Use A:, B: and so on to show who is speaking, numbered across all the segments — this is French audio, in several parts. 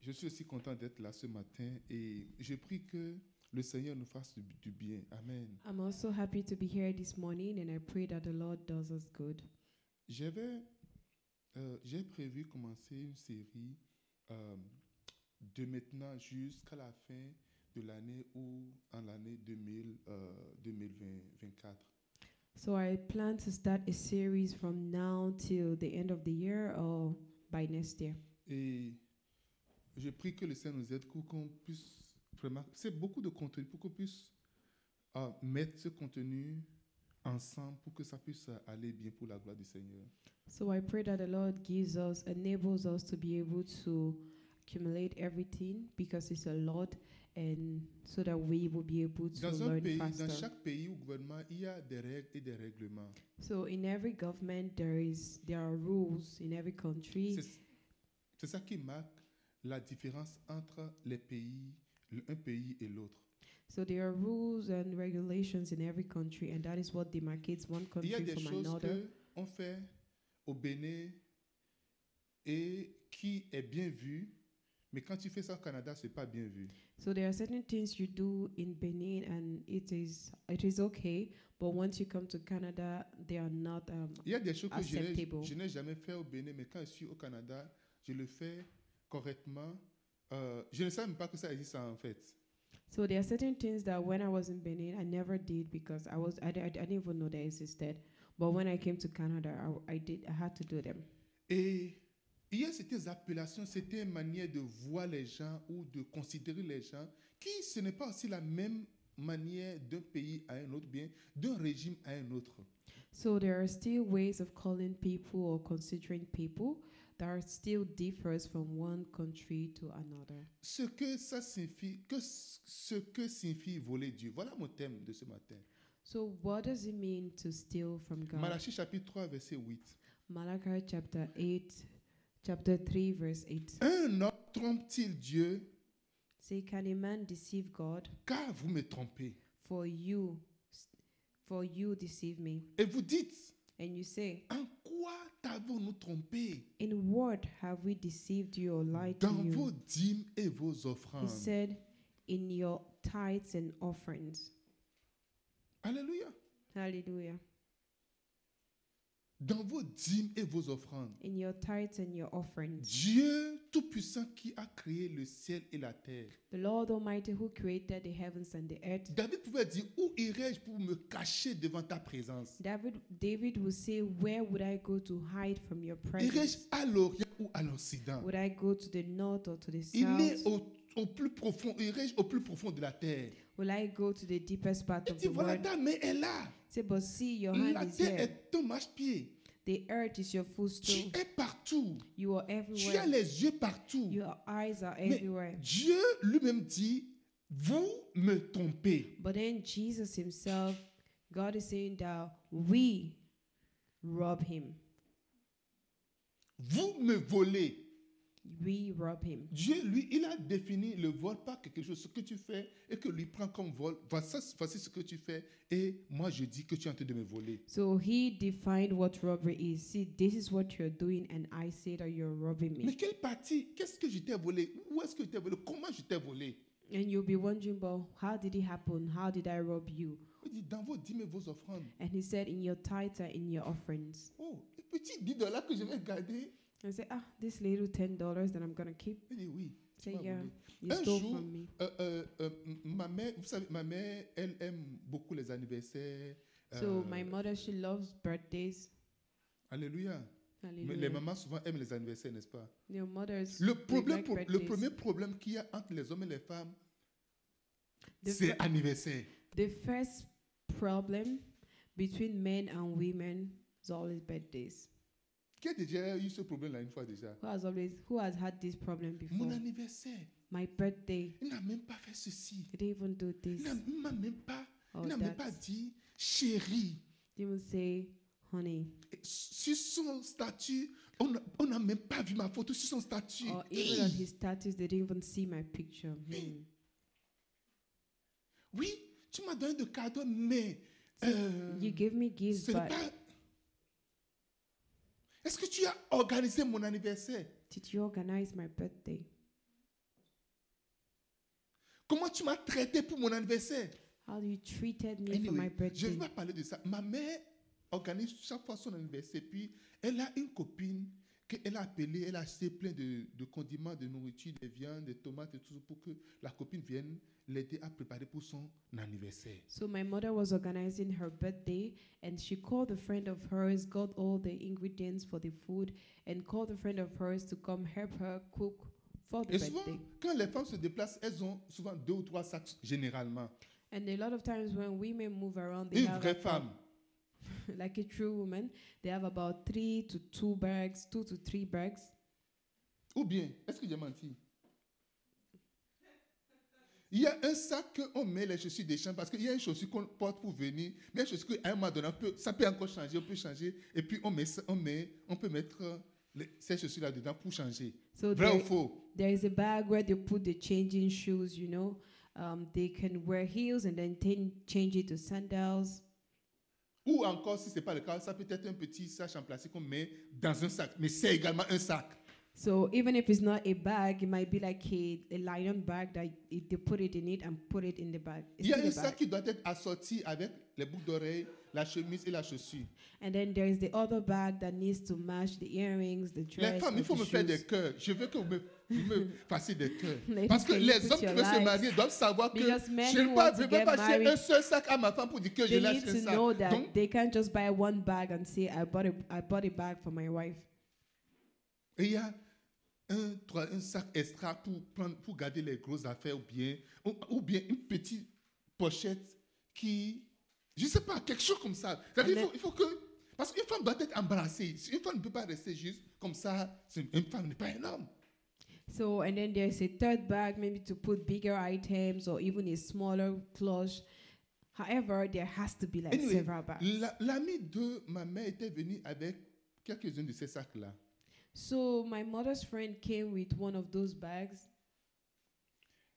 A: Je suis aussi content d'être là ce matin et je prie que le Seigneur nous fasse du, du bien. Amen.
B: I'm also happy to be here this morning and I pray that the Lord does us good.
A: J'avais, euh, j'ai prévu commencer une série euh, de maintenant jusqu'à la fin de l'année ou en l'année 2000, euh, 2024.
B: So I plan to start a series from now till the end of the year or by next year.
A: Et je prie que le Seigneur nous aide pour qu'on puisse vraiment. C'est beaucoup de contenu pour qu'on puisse euh, mettre ce contenu ensemble pour que ça puisse euh, aller bien pour la gloire du Seigneur.
B: So I pray that the Lord gives us, enables us to be able to accumulate everything because it's a lot and so that we will be able to
A: Dans un
B: learn
A: pays,
B: faster.
A: dans chaque pays ou gouvernement, il y a des règles et des règlements.
B: So in every government there is there are rules in every country.
A: C'est- C'est ça qui marque la différence entre les pays, le- un pays et l'autre.
B: So there are rules and regulations in every country and that is what demarcates one
A: Il y a
B: country
A: des
B: from
A: choses
B: another.
A: qu'on fait au Bénin et qui est bien vu, mais quand tu fais ça au Canada, c'est pas bien vu.
B: So there are certain things you do in Benin, and it is it is okay. But once you come to Canada, they are not. Um,
A: Il y a des choses que je n'ai-
B: Acceptable.
A: je n'ai jamais fait au Bénin, mais quand je suis au Canada, je le fais correctement. Euh, je ne savais même pas que ça existe en fait.
B: so there are certain things that when I was in Benin, I never did because I was I, di- I, di- I didn't even know they existed. But when I came to Canada, I, w- I did I had to do them.
A: Et il y a ces appellations, c'était une manière de voir les gens ou de considérer les gens, qui ce n'est pas aussi la même manière d'un pays à un autre, bien d'un régime à un autre.
B: So there are still ways of calling people or considering people that are still differs from one country to another.
A: Ce que ça signifie, que c- ce que signifie voler Dieu. Voilà mon thème de ce matin.
B: So what does it mean to steal from God?
A: Malachie chapitre 3, verset 8.
B: Malachi chapter 8, chapter 3, verse 8.
A: Un homme trompe-t-il Dieu
B: Say, can a man deceive God?
A: car vous me trompez
B: For you, for you deceive me.
A: Et vous dites,
B: And you say,
A: en quoi t'avons-nous trompé
B: in what have we deceived you or lied to
A: Dans vos
B: you?
A: dîmes et vos
B: He
A: offrandes.
B: said, in your tithes and offerings.
A: Alléluia.
B: Hallelujah.
A: dans vos dîmes et vos offrandes.
B: In your tithes and your offerings.
A: Dieu Tout-Puissant qui a créé le ciel et la terre.
B: The Lord Almighty who created the heavens and the earth.
A: David pouvait dire, où irais-je pour me cacher devant ta présence
B: David, David will say, where would I go to hide from your
A: Irais-je
B: presence?
A: à l'Orient ou à l'Occident
B: Would I go to the north or to the
A: Il
B: south?
A: est au, au plus profond, irais-je au plus profond de la terre
B: Will I go to the deepest part
A: Il
B: of
A: dit,
B: the
A: voilà,
B: world?
A: ta main est là.
B: Say, but see, your hand
A: La
B: is
A: terre
B: here.
A: est ton marche-pied.
B: The earth is your
A: Tu
B: footstool.
A: es partout.
B: You are
A: Tu as
B: everywhere.
A: les yeux partout.
B: Your eyes are
A: Mais
B: everywhere.
A: Dieu lui-même dit, vous me trompez.
B: But then Jesus himself, God is saying that we rob him.
A: Vous me volez.
B: We rob him.
A: Dieu, lui, il a défini le vol par quelque chose, ce que tu fais et que lui prend comme vol. Voici, voici ce que tu fais et moi je dis que tu es en train de me voler.
B: So he defined what robbery is. See, this is what you're doing, and I say that you're robbing
A: Mais
B: me.
A: quelle partie Qu'est-ce que je t'ai volé Où est-ce que je t'ai volé Comment je t'ai volé
B: And you'll be wondering, but how did it happen? How did I rob you?
A: Il dit dans vos dîmes et vos offrandes.
B: And he said, in your tithe, and in your offerings.
A: Oh, les petits 10 dollars que je vais garder.
B: I said, ah, this little $10 that I'm going to keep,
A: Il dit oui. tu
B: Say,
A: m'as
B: yeah,
A: volé.
B: you
A: Un
B: stole
A: jour,
B: from me.
A: Euh, euh, euh, m- ma mère, vous savez, ma mère, elle aime beaucoup les anniversaires.
B: So
A: euh,
B: my mother, she loves birthdays.
A: Alléluia. Mais les
B: Hallelujah.
A: mamans souvent aiment les anniversaires, n'est-ce pas
B: Your mothers.
A: Le,
B: they
A: problème
B: like
A: pour- le
B: birthdays.
A: premier problème qu'il y a entre les hommes et les femmes,
B: The
A: c'est
B: fir-
A: anniversaire.
B: the first problem between men and women is always birthdays.
A: Qui a déjà eu ce problème-là une fois déjà
B: Who has always who has had this problem
A: Mon
B: before?
A: anniversaire,
B: My birthday.
A: il n'a même pas fait ceci.
B: They didn't even do
A: Il
B: this
A: n'a il m'a même pas,
B: or
A: il n'a même
B: that.
A: pas dit chérie.
B: They will say, honey,
A: Et Sur son statut, on n'a- on n'a même pas vu ma photo sur son statut.
B: or Oh, even on
A: Hey.
B: his status, they didn't even see my picture. Hmm.
A: Oui, tu m'as donné de cadeaux, mais euh,
B: You gave me gifts,
A: ce n'est
B: but
A: pas. Est-ce que tu as organisé mon anniversaire
B: did you organize my birthday?
A: Comment tu m'as traité pour mon anniversaire
B: How you treated me for
A: Anyway,
B: my
A: Je ne vais
B: birthday.
A: pas parler de ça. Ma mère organise chaque fois son anniversaire. Puis elle a une copine qu'elle a appelée, elle a acheté plein de, de condiments, de nourriture, des viandes, des tomates et tout ça pour que la copine vienne l'aider à préparer pour son anniversaire.
B: So my mother was organizing her birthday and she called a friend of hers, got all the ingredients for the food and called a friend of hers to come help her cook for the
A: Et souvent,
B: birthday.
A: quand les femmes se déplacent, elles ont souvent deux ou trois sacs généralement.
B: And a lot of times when women move around, they
A: Une
B: have
A: vraie
B: about-
A: femme.
B: like a true woman, they have about three to two bags, two to three bags.
A: Ou bien, est-ce que j'ai menti Il y a un sac qu'on met les chaussures des champs parce qu'il y a une chaussure qu'on porte pour venir, mais une chaussure qu'à un moment donné, on peut- ça peut encore changer, on peut changer, et puis on met, ça- on met, on peut mettre euh, les- ces chaussures-là dedans pour changer.
B: So
A: Vrai ou
B: there,
A: faux
B: there is a bag where they put the changing shoes, you know. Um, they can wear heels and then ten- change it to sandals.
A: Ou encore, si ce n'est pas le cas, ça peut être un petit sac en plastique qu'on met dans un sac, mais c'est également un sac.
B: So even if it's not a bag, it might be like a, a lion bag that it, they put it in it and put it in the bag.
A: Il
B: It's
A: y a
B: still
A: un
B: a bag.
A: sac qui doit être assorti avec les boucles d'oreilles, la chemise et la chaussure.
B: And then there is the other bag that needs to match the earrings, the dress,
A: Les femmes,
B: or
A: il faut
B: the
A: me faire des
B: shoes.
A: cœurs. Je veux que vous me, vous me fassiez des cœurs.
B: Ladies,
A: Parce que
B: can you
A: les
B: put
A: hommes qui
B: your
A: veulent se
B: lives?
A: marier doivent savoir que
B: Because men
A: je ne
B: who
A: pas- je
B: want to
A: ne peux
B: get
A: pas acheter
B: married,
A: un seul sac à ma femme pour dire que je
B: They
A: lâche
B: need
A: un
B: to know
A: sac.
B: that
A: Donc,
B: they can't just buy one bag and say, I bought a, I bought a bag for my wife.
A: il y a un, trois- un sac extra pour, prendre, pour garder les grosses affaires ou bien, ou, ou bien une petite pochette qui. Je ne sais pas, quelque chose comme ça. C'est-à-dire, il
B: And
A: faut, il faut que. Parce qu'une femme doit être embrassée. Une femme ne peut pas rester juste comme ça. C'est- Une femme n'est pas un homme.
B: So, and then there's a third bag, maybe to put bigger items or even a smaller clutch. However, there has to be like
A: Anyway,
B: several bags.
A: La- L'ami de ma mère était venu avec quelques-uns de ces sacs-là.
B: So, my mother's friend came with one of those bags.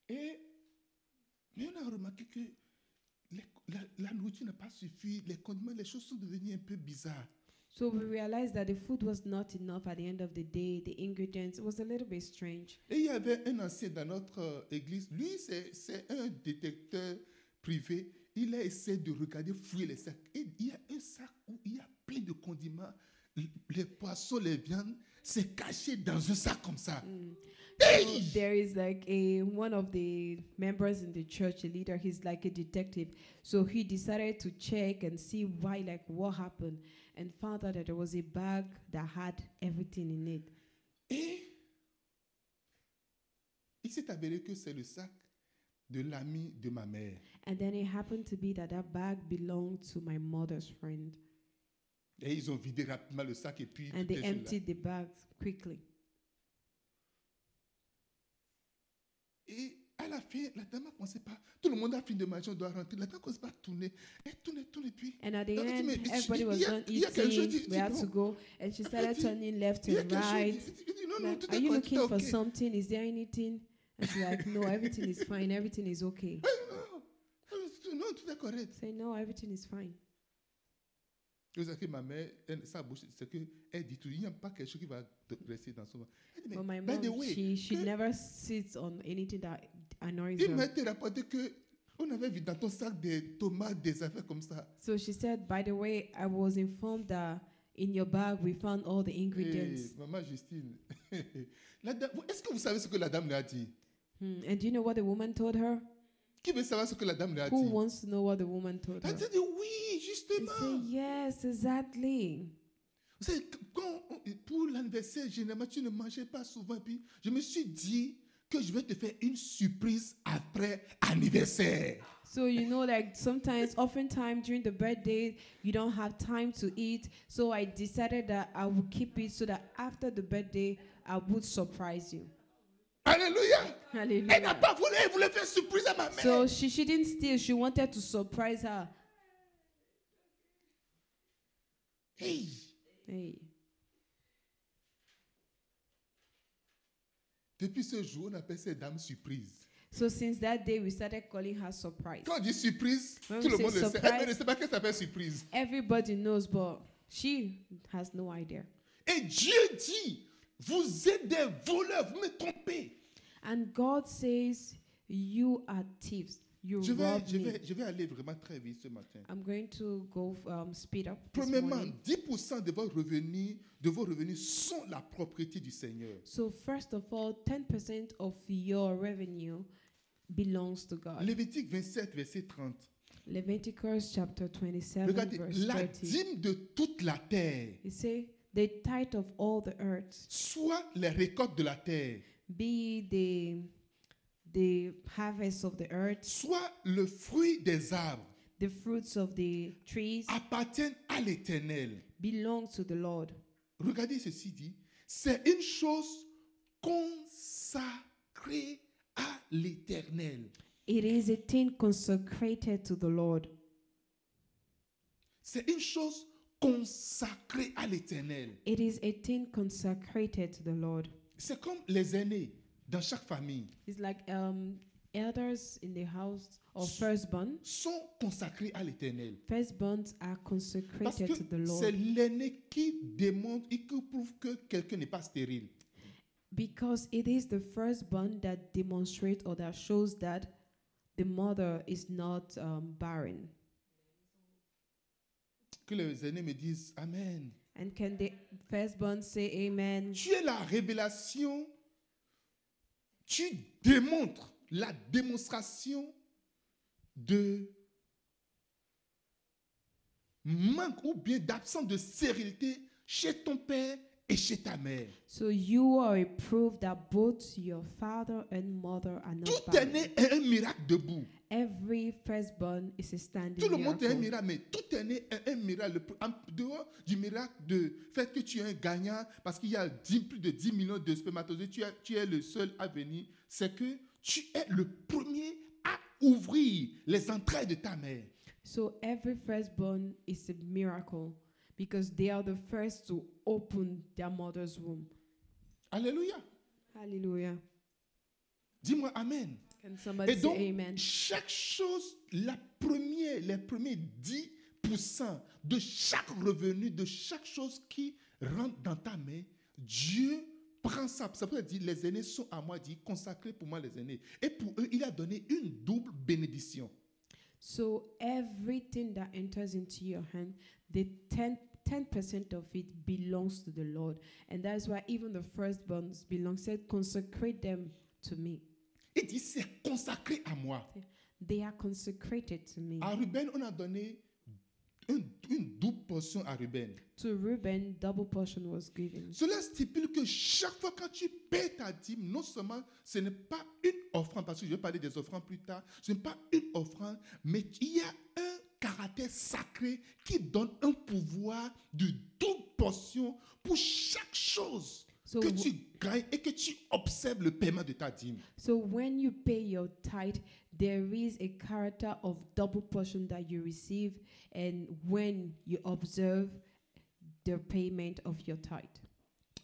A: Et mais on a remarqué que les- la, la nourriture n'a pas suffi, les condiments, les choses sont devenues un peu bizarres.
B: So, we realized that the food was not enough at the end of the day. The ingredients it was a little bit strange.
A: Et il y avait un ancien dans notre euh, église, lui, c'est c'est un détecteur privé. Il a essayé de regarder, fouiller les sacs. Et il y a un sac où il y a plein de condiments, l- les poissons, les viandes, c'est caché dans un sac comme ça.
B: Mm. So there is like a one of the members in the church, a leader. He's like a detective, so he decided to check and see why, like what happened, and found out that there was a bag that had everything in it.
A: Et il s'est avéré que c'est le sac de l'ami de ma mère.
B: And then it happened to be that that bag belonged to my mother's friend,
A: Et ils ont vidé rapidement le sac et puis
B: and
A: tout
B: they
A: est sur là.
B: emptied the bag quickly.
A: Et à la fin, la dame a commencé par. Tout le monde a fini de manger, on doit rentrer. La dame a commencé par tourner. Elle tourne, tourne, et puis.
B: And at the
A: Elle dit, mais
B: end,
A: il-
B: everybody
A: il
B: was
A: y a-
B: done
A: il y a quelque chose,
B: eating.
A: dis-
B: We
A: dis
B: had to
A: donc.
B: go, and she
A: Elle
B: started
A: dit,
B: turning left
A: Il y a
B: and
A: quelque
B: right.
A: chose. Il- il dit, non, non,
B: Like,
A: tout
B: are
A: est
B: you
A: correct, tout est
B: looking for
A: ok.
B: something? Is there anything? And she's like, no, everything is fine. Everything is okay.
A: Non, non, non, tout est correct.
B: Say, no, everything is fine.
A: Et vous savez que ma mère, elle, sa bouche, c'est qu'elle dit tout. Il n'y a pas quelque chose qui va te rester dans son ventre. Elle dit, mais
B: But Oh my
A: by the
B: mom,
A: way,
B: she she
A: que-
B: never sits on anything that annoys
A: il m'a
B: her.
A: été rapporté que on avait vu dans ton sac des tomates, des affaires comme ça.
B: So she said, by the way, I was informed that in your bag we found all the ingredients.
A: Et Eh, maman Justine, la dame- est-ce que vous savez ce que la dame lui a dit
B: Hmm, And do you know what the woman told her?
A: Qui veut savoir ce que la dame lui a
B: Who
A: dit
B: wants to know what the woman told her?
A: Elle a dit oui,
B: And say,
A: justement.
B: yes, exactly.
A: Vous savez, quand on- pour l'anniversaire, généralement, tu ne mangeais pas souvent. Et puis, je me suis dit que je vais te faire une surprise après anniversaire.
B: So you know, like sometimes, oftentimes during the birthday, you don't have time to eat. So I decided that I would keep it so that after the birthday, I would surprise you.
A: Alléluia. Elle n'a
B: Hallelujah.
A: pas voulu, elle voulait faire surprise à ma mère.
B: So she, she didn't steal. She wanted to surprise her.
A: Hey,
B: Hey.
A: depuis ce jour, on appelle cette dame surprise.
B: So since that day, we started calling her surprise.
A: Quand on dit surprise,
B: When we
A: tout le
B: say
A: monde le sait.
B: surprise-
A: Elle ne sait pas qu'elle s'appelle surprise.
B: Everybody knows, but she has no idea.
A: Et Dieu dit, vous êtes des voleurs, vous me trompez.
B: And God says, You are thieves. You
A: Je vais,
B: rob
A: je,
B: me.
A: vais, je vais aller vraiment très vite ce matin.
B: I'm going to go f- um, speed up. this
A: Premièrement,
B: morning.
A: 10% de vos revenus, de vos revenus sont la propriété du Seigneur.
B: So first of all, 10% of your revenue belongs to God.
A: Lévitique 27, verset 30.
B: Leviticus chapter 27
A: Regardez,
B: verse
A: la
B: 30.
A: dîme de toute la terre,
B: It say, the tithe of all the earth,
A: soit les récoltes de la terre,
B: be the the harvest of the earth,
A: soit le fruit des arbres,
B: the fruits of the trees
A: appartiennent à l'Éternel.
B: belong to the Lord.
A: Regardez ceci dit, c'est une chose consacrée à l'Éternel.
B: It is a thing consecrated to the Lord.
A: C'est une chose consacrée à l'Éternel.
B: It is a thing consecrated to the Lord.
A: C'est comme les aînés dans chaque famille
B: It's like um, elders in the house or firstborn.
A: sont consacrés à l'Éternel.
B: Firstborns are
A: Parce
B: consecrated
A: que
B: to the
A: c'est
B: Lord
A: l'aîné qui démontre et qui prouve que quelqu'un n'est pas stérile.
B: because it is the firstborn that demonstrates or that shows that the mother is not um, barren.
A: Que les aînés me disent Amen.
B: And can the firstborn say amen?
A: Tu es la révélation. Tu démontres la démonstration de manque ou bien d'absence de stérilité chez ton père et chez ta mère.
B: So you are a proof that both your father and mother are not
A: Tout
B: barren.
A: aîné est un miracle debout.
B: Every firstborn is a standing
A: Tout le monde est un miracle,
B: miracle.
A: mais tout aîné est un miracle. Le pr- En dehors du miracle de fait que tu es un gagnant parce qu'il y a 10 plus de 10 millions de spermatozoïdes, tu es, tu es le seul à venir, c'est que tu es le premier à ouvrir les entrailles de ta mère.
B: So every firstborn is a miracle because they are the first to open their mother's womb.
A: Alléluia.
B: Hallelujah.
A: Dis-moi Amen.
B: Can somebody
A: Et donc,
B: say amen?
A: chaque chose, la première, les premiers 10% de chaque revenu, de chaque chose qui rentre dans ta main, Dieu prend ça. Ça veut dire, les aînés sont à moi, dit, consacrés pour moi les aînés. Et pour eux, il a donné une double bénédiction.
B: So everything that enters into your hand, the 10 percent of it belongs to the Lord, and that's why even the firstborns belong. Said, consecrate them to me.
A: Il dit, c'est consacré à moi.
B: They are consecrated to me.
A: À Ruben, on a donné une, une double portion à Ruben.
B: to Reuben, double portion was given.
A: Cela stipule que chaque fois quand tu paies ta dîme, non seulement ce n'est pas une offrande, parce que je vais parler des offrandes plus tard, ce n'est pas une offrande, mais il y a un caractère sacré qui donne un pouvoir de double portion pour chaque chose
B: So
A: que
B: wh-
A: tu gagnes et que tu observes le paiement de ta dîme.
B: So when you pay your tithe, there is a character of double portion that you receive, and when you observe the payment of your tithe.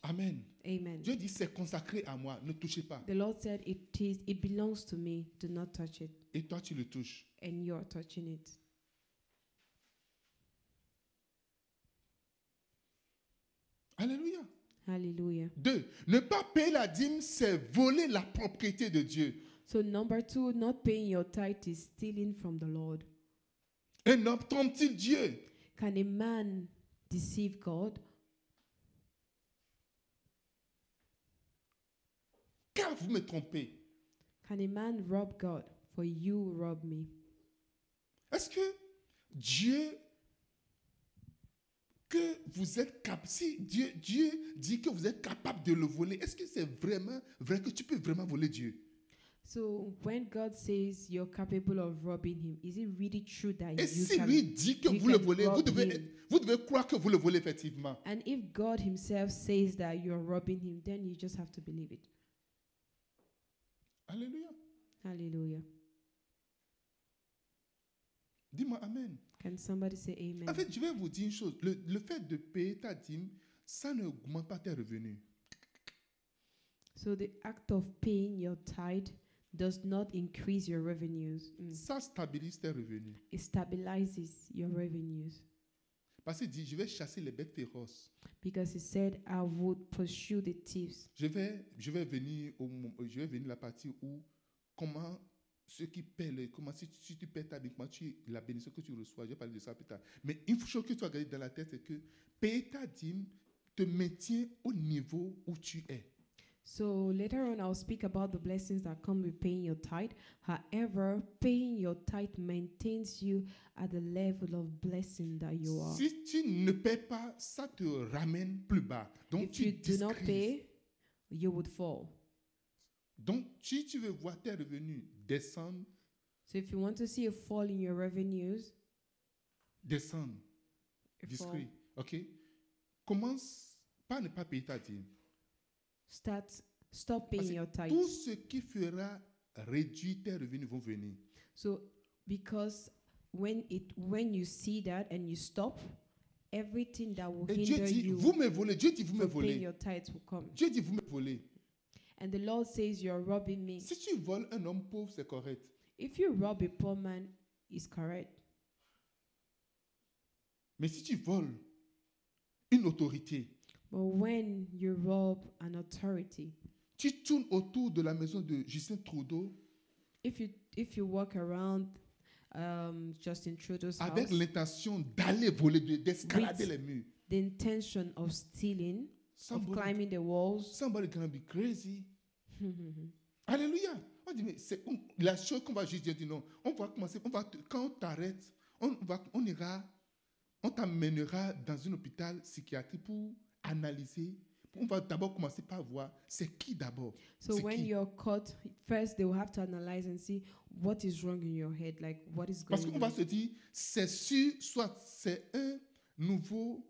A: Amen.
B: Amen.
A: Dieu dit, c'est consacré à moi, ne touchez pas.
B: The Lord said, "It is. It belongs to me. Do not touch it."
A: Et toi, tu le touches.
B: And you are touching it.
A: Alléluia.
B: Hallelujah.
A: Deux, ne pas payer la dîme, c'est voler la propriété de Dieu.
B: So number two, not paying your tithe is stealing from the Lord.
A: Un homme trompe-t-il Dieu
B: Can a man deceive God?
A: car vous me trompez.
B: Can a man rob God? For you rob me.
A: Est-ce que Dieu, que vous êtes capable, si Dieu, Dieu dit que vous êtes capable de le voler, est-ce que c'est vraiment vrai que tu peux vraiment voler Dieu
B: So when God says you're capable of robbing him, is it really true that
A: Et
B: you
A: si
B: can?
A: lui dit que
B: you
A: vous le
B: can
A: volez, vous
B: rob
A: devez,
B: him.
A: être- vous devez croire que vous le volez effectivement.
B: And if God himself says that you're robbing him, then you just have to believe it.
A: Alléluia.
B: Hallelujah.
A: Dis-moi Amen.
B: Can somebody say amen?
A: En fait, je vais vous dire une chose. Le, le fait de payer ta dîme, ça ne augmente pas tes revenus.
B: So the act of paying your tithe does not increase your revenues. Mm.
A: Ça stabilise tes revenus.
B: It stabilizes your revenues.
A: Parce qu'il dit, je vais chasser les bêtes féroces.
B: Because he said, I would pursue the thieves.
A: Je vais, je vais venir au, mom- je vais venir à la partie où comment ce qui paie, le- comment si, tu- si tu paies ta Big Mac, tu- la bénédiction que tu reçois, je vais parler de ça plus tard. Mais une chose que tu as gardé dans la tête, c'est que payer ta dîme te maintient au niveau où tu es.
B: So later on, I'll speak about the blessings that come with paying your tithe. However, paying your tithe maintains you at the level of blessing that you are.
A: Si tu ne paies pas, ça te ramène plus bas. Donc
B: if you
A: tu
B: do not
A: discrises.
B: pay, you would fall.
A: Donc si tu veux voir tes revenus descendre,
B: So if you want to see a fall in your revenues,
A: descendre,
B: a fall,
A: discret, ok Commence par ne pas payer ta dîme.
B: start stop paying
A: Parce que
B: your tithe.
A: Tout ce qui fera réduire tes revenus vont venir.
B: So because when it when you see that and you stop, everything that will
A: Et Dieu
B: hinder
A: dit,
B: you
A: vous me volez. Dieu dit, vous me
B: from paying
A: volez.
B: your tithes will come.
A: Dieu dit, vous me volez.
B: And the Lord says you're robbing me.
A: Si tu voles un homme pauvre, c'est correct.
B: If you rob a poor man, is correct.
A: Mais si tu voles une autorité,
B: But when you rob an authority,
A: tu tournes autour de la maison de Justin Trudeau
B: if you if you walk around um, Justin Trudeau's
A: avec
B: house,
A: l'intention d'aller voler, de- d'escalader
B: Oui.
A: les murs.
B: the intention of stealing, of
A: Somebody,
B: climbing the walls,
A: somebody gonna be crazy. Alléluia. On dit, mais c'est on- la chose qu'on va juste dire, dit non. On va commencer, on va te- quand on t'arrête, on, va, on ira, on t'amènera dans un hôpital psychiatrique pour analyser. On va d'abord commencer par voir c'est qui d'abord.
B: So
A: C'est
B: when
A: qui?
B: you're caught, first they will have to analyze and see what is wrong in your head, like what is going
A: Parce qu'on
B: on.
A: va se dire, c'est sûr, soit c'est un nouveau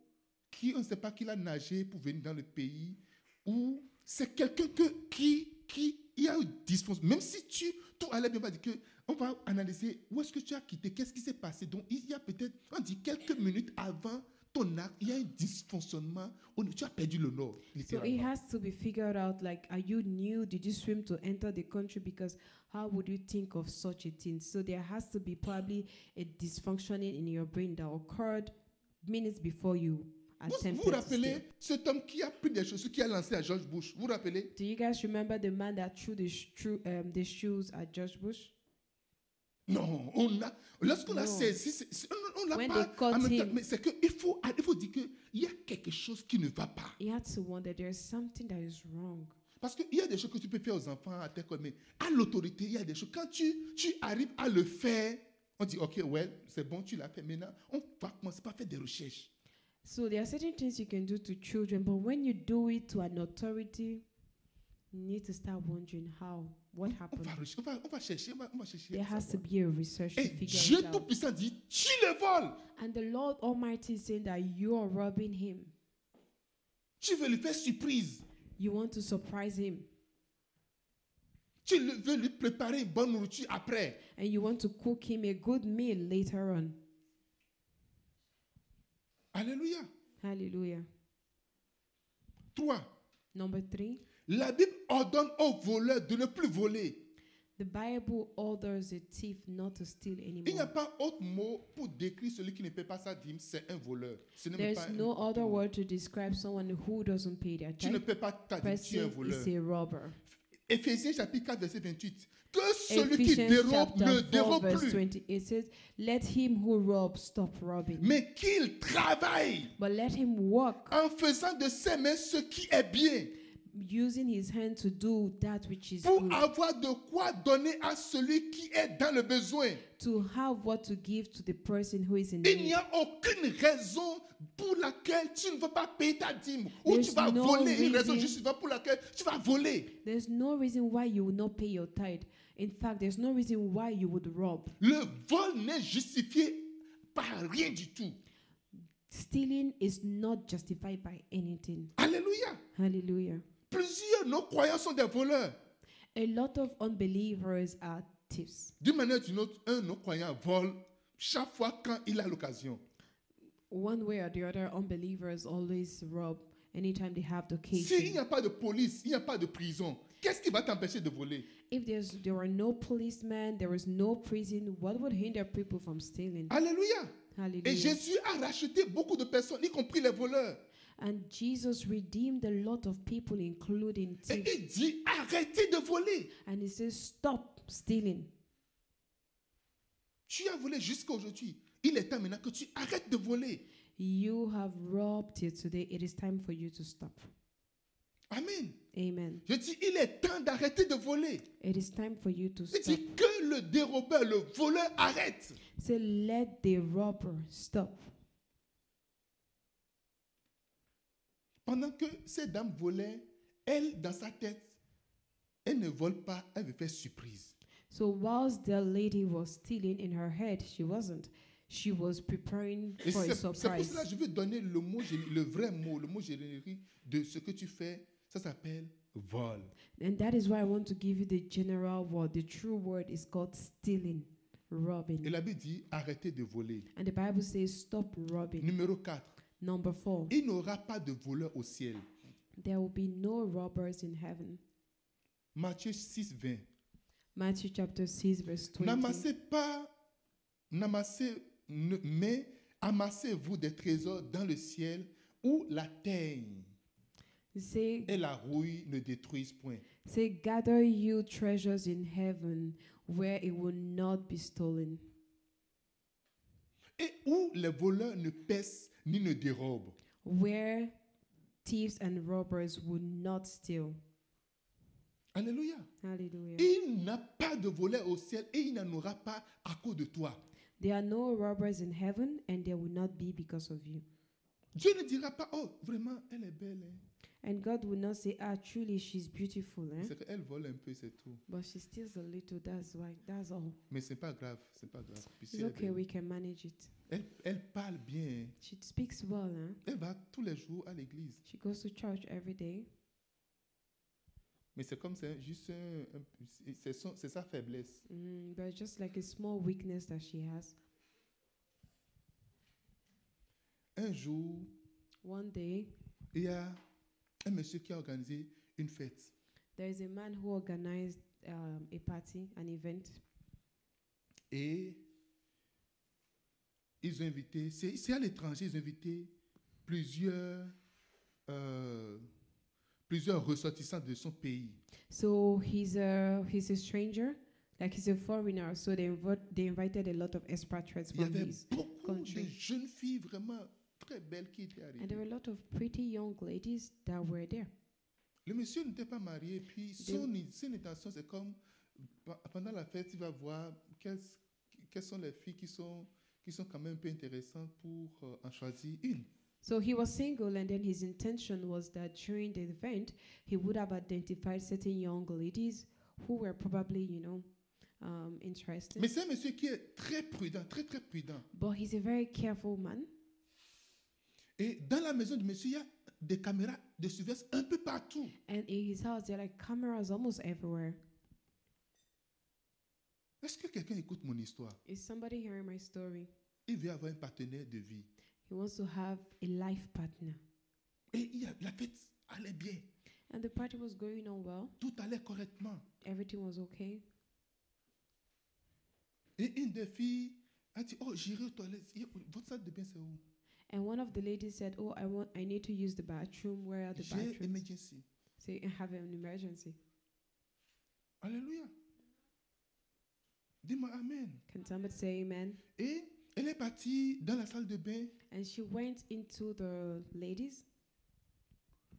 A: qui, on ne sait pas qui l'a nagé pour venir dans le pays, ou c'est quelqu'un que, qui, qui il a une dispense. Même si tu, tout allait bien, on va dire que, on va analyser où est-ce que tu as quitté, qu'est-ce qui s'est passé. Donc, il y a peut-être, on dit quelques minutes avant ton acte, il y a un dysfonctionnement, on- tu as perdu le nord,
B: so it
A: littéralement.
B: has to be figured out like are you new did you swim to enter the country because how would you think of such a thing so there has to be probably a dysfunctioning in your brain that occurred minutes before you
A: Vous vous
B: attempted to steal.
A: rappelez cet homme qui a pris des choses, qui a lancé à George Bush, vous vous rappelez
B: do you guys remember the man that threw the, sh- threw, um, the shoes at George Bush
A: Non, on a, lorsqu'on a
B: Non.
A: saisi, c'est- c'est- on- on l'a
B: When they
A: pas.
B: caught
A: en même temps,
B: him.
A: mais c'est que il faut, il faut dire que il y a quelque chose qui ne va pas.
B: you had to wonder there's something that is wrong
A: Parce qu'il y a des choses que tu peux faire aux enfants à tes mais à l'autorité, il y a des choses. Quand tu, tu arrives à le faire, on dit ok, well, c'est bon, tu l'as fait. Maintenant, on va commencer par faire des recherches.
B: So there are certain things you can do to children, but when you do it to an authority, you need to start wondering how, what
A: On
B: happened.
A: va, rechercher, on va, on va chercher, on va, on va chercher.
B: There
A: à
B: has to
A: savoir.
B: be a research to
A: Et
B: figure
A: Dieu
B: it out.
A: Tout-Puissant dit, tu le voles.
B: And the Lord Almighty is saying that you are robbing him.
A: Tu veux lui faire surprise.
B: You want to surprise him,
A: Tu le- veux lui préparer une bonne nourriture après.
B: and you want to cook him a good meal later on.
A: Alléluia.
B: Hallelujah.
A: Trois.
B: Number three,
A: La Bible ordonne aux voleurs de ne plus voler.
B: the Bible orders a thief not to steal
A: Il n'y a
B: anymore.
A: pas autre mot pour décrire celui qui ne paie pas sa dîme, c'est un voleur. Ce n'est même
B: There's
A: pas un-
B: no other word to describe someone who doesn't pay their
A: Tu ne
B: tithe.
A: paies pas ta dîme, tu es un
B: Person
A: voleur.
B: is a robber.
A: Éphésiens chapitre 4, verset 28. Que celui qui
B: Ephesians
A: dérobe ne
B: chapter 4
A: dérobe
B: verse
A: plus,
B: 20 it says let him who robs stop robbing
A: mais qu'il travaille
B: but let him work
A: en faisant de ses mains ce qui est bien,
B: using his hand to do that which is
A: pour
B: good
A: avoir de quoi donner à celui qui est dans le besoin.
B: to have what to give to the person who is in
A: Il n'y
B: need
A: a aucune raison pour laquelle tu ne vas pas payer ta dîme ou tu
B: There's
A: vas
B: no
A: voler. Une
B: reason.
A: raison juste pour laquelle tu vas voler.
B: there's no reason why you will not pay your tithe in fact there's no reason why you would rob
A: Le vol n'est justifié par rien du tout.
B: stealing is not justified by anything
A: Alléluia.
B: hallelujah
A: Plusieurs non-croyants sont des voleurs.
B: a lot of unbelievers are thieves
A: D'une manière ou d'une autre, un non-croyant vole chaque fois quand il a l'occasion.
B: one way or the other unbelievers always rob anytime they have the occasion
A: S'il n'y a pas de police, il n'y a pas de prison, qu'est-ce qui va t'empêcher de voler
B: If there's there were no policemen, there was no prison, what would hinder people from stealing?
A: Alléluia. Et
B: Hallelujah.
A: Jésus a racheté beaucoup de personnes, y compris les voleurs.
B: And Jesus redeemed a lot of people, including
A: Et
B: thieves.
A: il dit, arrêtez de voler.
B: And he says, Stop stealing.
A: Tu as volé jusqu'à aujourd'hui. Il est temps maintenant que tu arrêtes de voler.
B: You have robbed till today. It is time for you to stop.
A: Amen.
B: Amen.
A: Je dis, il est temps d'arrêter de voler.
B: It is time for you to
A: Je
B: stop.
A: dis que le dérobeur, le voleur arrête.
B: Say, let the robber stop.
A: Pendant que ces dames volaient, elle, dans sa tête, elle ne vole pas, elle veut faire surprise.
B: So whilst the lady was stealing in her head, she wasn't. She was preparing
A: Et
B: for
A: c'est
B: a
A: c'est pour cela que
B: surprise.
A: je veux donner le mot, gé- le vrai mot, le mot générique de ce que tu fais. Ça s'appelle vol.
B: And that is why I want to give you the general word. The true word is called stealing,
A: Et
B: robbing.
A: la Bible dit, arrêtez de voler.
B: And the Bible says, stop robbing.
A: Numéro 4,
B: Number four,
A: il n'y aura pas de voleur au ciel.
B: there will be no robbers in heaven.
A: Matthieu 6, 20.
B: Matthew chapter 6, verse 20.
A: N'amassez pas, n'amassez, ne- mais amassez-vous des trésors dans le ciel où la teigne
B: Say,
A: et la rouille ne détruisent point.
B: say, gather you treasures in heaven where it will not be stolen.
A: Et où les voleurs ne pèsent ni ne dérobent.
B: where thieves and robbers would not steal.
A: Alléluia.
B: Hallelujah.
A: Il n'a pas de voleur au ciel et il n'en aura pas à cause de toi.
B: There are no robbers in heaven, and there will not be because of you.
A: Dieu ne dira pas, oh, vraiment, elle est belle. hein.
B: And God will not say, Ah, truly, she's beautiful, eh?
A: C'est qu'elle vole un peu, c'est tout.
B: but she steals a little. That's why. That's all.
A: Mais c'est pas grave, c'est pas grave. Puis si
B: It's
A: elle, est
B: okay.
A: belle,
B: We can manage it.
A: elle- elle parle bien. hein.
B: She speaks well. Eh?
A: Elle va tous les jours à l'église.
B: She goes to church every day,
A: Mais c'est comme c'est juste un- un- c'est son- c'est sa faiblesse.
B: mm, but it's just like a small weakness that she has.
A: Un jour,
B: One day,
A: il y a un monsieur qui a organisé une fête.
B: there is a man who organized um, a party, an event,
A: Et ils ont invité, c'est c'est à l'étranger, ils ont invité plusieurs, euh, plusieurs ressortissants de son pays.
B: So he's a he's a stranger, like he's a foreigner. So they invo- they invited a lot of expatriates
A: Il y
B: from
A: avait
B: his,
A: beaucoup
B: country.
A: de jeunes filles vraiment très belles qui étaient arrivées.
B: and there were a lot of pretty young ladies that were there.
A: Le monsieur n'était pas marié, puis son, son intention, c'est comme pe- pendant la fête, il va voir quelles, quelles sont les filles qui sont, qui sont quand même un peu intéressantes pour euh, en choisir une.
B: So he was single, and then his intention was that during the event he would have identified certain young ladies who were probably you know um, interested.
A: Mais c'est un monsieur qui est très prudent, très très prudent.
B: but he's a very careful man,
A: Et dans la maison du monsieur, il y a des caméras de surveillance un peu partout.
B: and in his house there are like cameras almost everywhere.
A: Est-ce que quelqu'un écoute mon histoire
B: Is somebody hearing my story?
A: Il veut avoir un partenaire de vie.
B: He wants to have a life partner,
A: Et il y a- la fête allait bien,
B: and the party was going on well.
A: tout allait correctement.
B: everything was okay.
A: Et une des filles a dit, oh, j'irai aux toilettes. Il y a- Votre salle de bain, c'est où
B: And one of the ladies said, "Oh, I want, I need to use the bathroom. Where are the
A: J'ai
B: bathrooms?
A: emergency.
B: So you can have an emergency."
A: Alléluia. Dis-moi Amen.
B: Can somebody say Amen?
A: Et elle est partie dans la salle de bain
B: And she went into the ladies,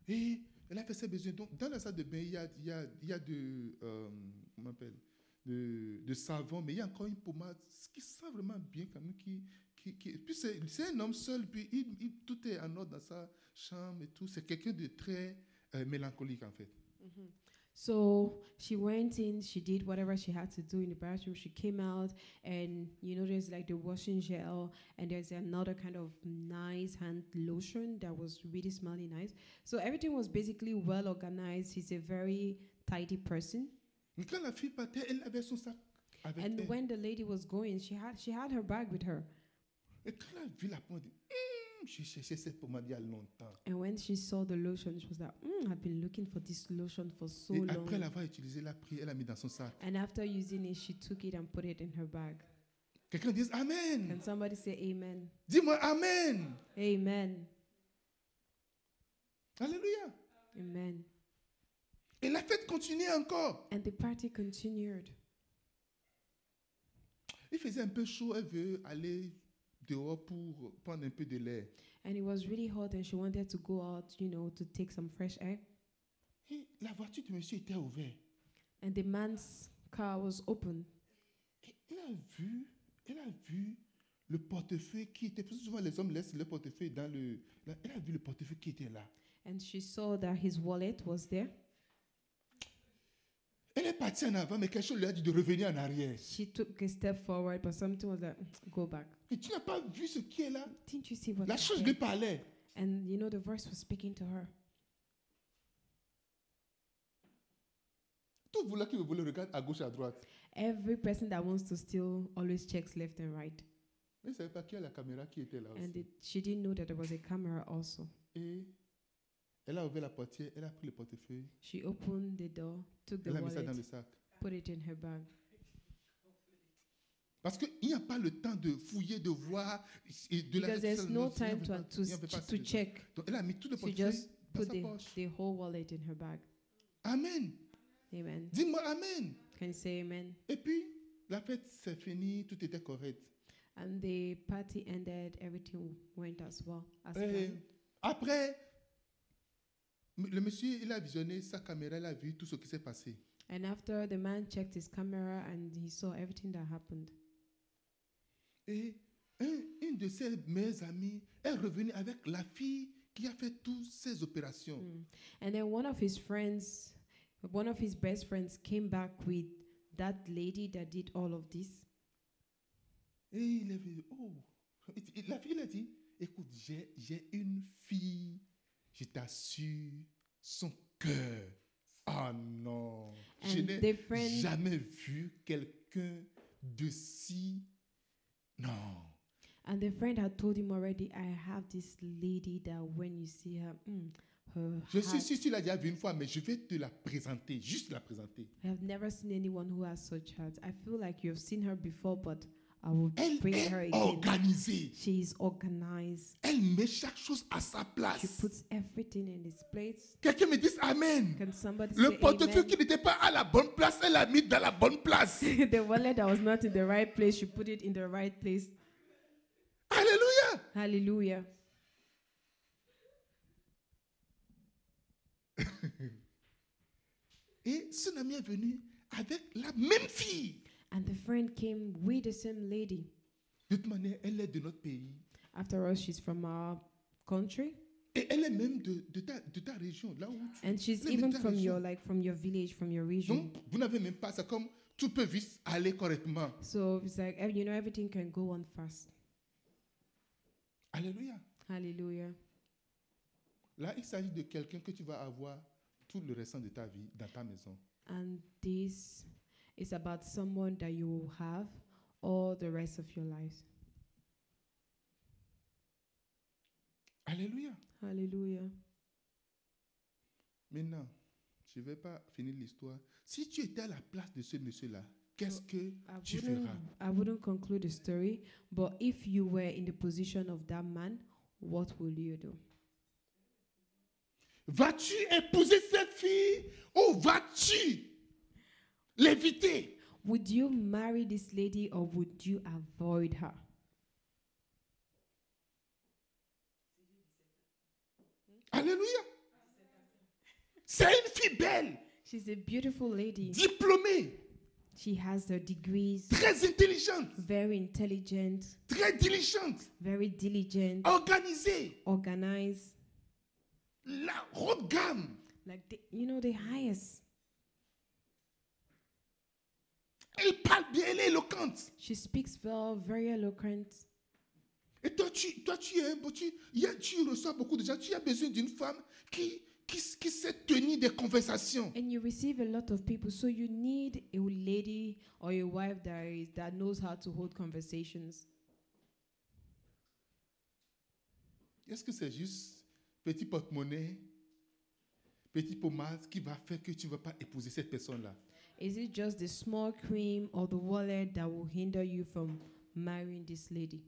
A: et elle a fait ses besoins. Donc, dans la salle de bain, il y a, il y a, il y a de, euh, comment on appelle, de, de savon, mais il y a encore une pommade ce qui sent vraiment bien quand même. Qui, qui, qui- Puis c'est c'est un homme seul, puis il, il- tout est en ordre dans sa chambre et tout. C'est quelqu'un de très euh, mélancolique en fait.
B: Mm-hmm. so she went in. She did whatever she had to do in the bathroom. She came out, and you know, there's like the washing gel, and there's another kind of nice hand lotion that was really smelly nice. So everything was basically well organized. He's a very tidy person.
A: Mais quand la fille partait, elle avait son sac avec
B: And
A: elle.
B: when the lady was going, she had she had her bag with her.
A: Et quand elle a vu la pommade, Hum, j'ai cherché cette pommade il y a longtemps.
B: And when she saw the lotion, she was like, mm, I've been looking for this lotion for so
A: Et
B: long.
A: après l'avoir utilisé, elle a pris, elle l'a mis dans son sac.
B: and after using it, she took it and put it in her bag.
A: Quelqu'un dise Amen.
B: Can somebody say amen?
A: Dis-moi Amen.
B: Amen.
A: Alléluia.
B: Amen.
A: Et la fête continue encore.
B: And the party continued.
A: Il faisait un peu chaud, elle veut aller dehors pour prendre un peu de l'air.
B: And it was really hot, and she wanted to go out, you know, to take some fresh air.
A: Et la voiture de monsieur était ouverte.
B: And the man's car was open.
A: Et elle a vu, elle a vu le portefeuille qui était. Parce que souvent les hommes laissent le portefeuille dans le. là, elle a vu le portefeuille qui était là.
B: And she saw that his wallet was there.
A: Elle est partie en avant, mais quelque chose lui a dit de revenir en arrière.
B: She took a step forward, but something was like, "Mm, go back.
A: Et tu n'as pas vu ce qui est là.
B: Didn't you see what
A: La
B: was
A: chose
B: there?"
A: lui parlait.
B: And you know, the voice was speaking to her.
A: Tout vouloir qui veut le regarde à gauche, à droite.
B: Every person that wants to steal always checks left and right.
A: Mais ne savait pas qui a la caméra qui était là
B: And
A: aussi.
B: it, she didn't know that there was a camera also.
A: Et elle a ouvert la portière, elle a pris le portefeuille,
B: She opened the door, took the
A: elle a mis ça
B: wallet,
A: dans le sac.
B: put it in her bag.
A: Parce qu'il n'y a pas le temps de fouiller, de voir et de
B: because
A: la
B: there's no time to,
A: tout
B: to, to, check.
A: Donc elle a mis tout le
B: She
A: portefeuille
B: just
A: dans
B: Put
A: sa
B: the,
A: poche.
B: the whole wallet in her bag.
A: Amen.
B: Amen.
A: Dis-moi amen.
B: Can you say amen?
A: Et puis la fête c'est fini, tout était correct.
B: And the party ended, everything went as well as
A: Euh,
B: planned.
A: après, m- le monsieur il a visionné sa caméra, il a vu tout ce qui s'est passé.
B: And after the man checked his camera and he saw everything that happened.
A: Et un- une de ses meilleures amies est revenue avec la fille qui a fait toutes ces opérations.
B: Mm. And then one of his friends, one of his best friends came back with that lady that did all of this. Mm.
A: Et il est venu, oh. Il- il- La fille, il a dit, écoute, j'ai j'ai une fille, je t'assure, son cœur. Ah non, je
B: And
A: n'ai
B: the friend
A: jamais vu quelqu'un de si... Non.
B: And the friend had told him already, I have this lady that when you see her, mm, her
A: Je suis
B: heart-
A: sûr, tu l'as déjà vu une fois, mais je vais te la présenter, juste la présenter.
B: I have never seen anyone who has such heart. I feel like you have seen her before, but I will
A: Elle
B: bring her
A: est
B: again.
A: organisée.
B: She is organized.
A: Elle met chaque chose à sa
B: She
A: place.
B: puts everything in its place.
A: Quelqu'un me dise Amen.
B: Can somebody
A: Le
B: say
A: portefeuille qui
B: amen?
A: n'était pas à la bonne place, elle l'a mis dans la bonne place.
B: the wallet that was not in the right place, she put it in the right place.
A: Alléluia.
B: Hallelujah.
A: Et son ami est venu avec la même fille.
B: And the friend came with the same lady.
A: De toute manière, elle est de notre pays.
B: After all, she's from our country.
A: Et elle est même de, de ta, de ta région, là où tu
B: And she's
A: Elle est
B: even
A: de ta
B: from
A: région.
B: your like from your village, from your region.
A: Donc, vous n'avez même pas ça comme tout peut vite aller correctement.
B: So it's like ev- you know everything can go on fast.
A: Alléluia.
B: Hallelujah.
A: Là, il s'agit de quelqu'un que tu vas avoir tout le restant de ta vie dans ta maison.
B: And this is about someone that you will have all the rest of your lives.
A: Alléluia.
B: Hallelujah.
A: Maintenant, je ne vais pas finir l'histoire. Si tu étais à la place de ce monsieur-là, qu'est-ce que
B: I
A: tu
B: wouldn't,
A: feras
B: I wouldn't conclude the story, but if you were in the position of that man, what will you do?
A: Vas-tu épouser cette fille ou vas-tu l'éviter
B: Would you marry this lady or would you avoid her?
A: Alléluia. C'est une fille belle,
B: She's a beautiful lady.
A: diplômée,
B: She has her degrees,
A: très intelligente,
B: very intelligent,
A: très diligente,
B: very diligent,
A: organisée,
B: organized,
A: la haut de gamme.
B: like the, you know the highest.
A: Elle parle bien, elle est éloquente.
B: She speaks well, very eloquent.
A: Et toi, tu, toi, tu, es, beau- tu, il y a- tu reçois beaucoup de gens. Tu as besoin d'une femme qui, qui, qui sait tenir des conversations.
B: And you receive a lot of people, so you need a lady or a wife that is that knows how to hold conversations.
A: Est-ce que c'est juste petit porte-monnaie, petit pommade qui va faire que tu ne vas pas épouser cette personne-là
B: Is it just the small cream or the wallet that will hinder you from marrying this lady?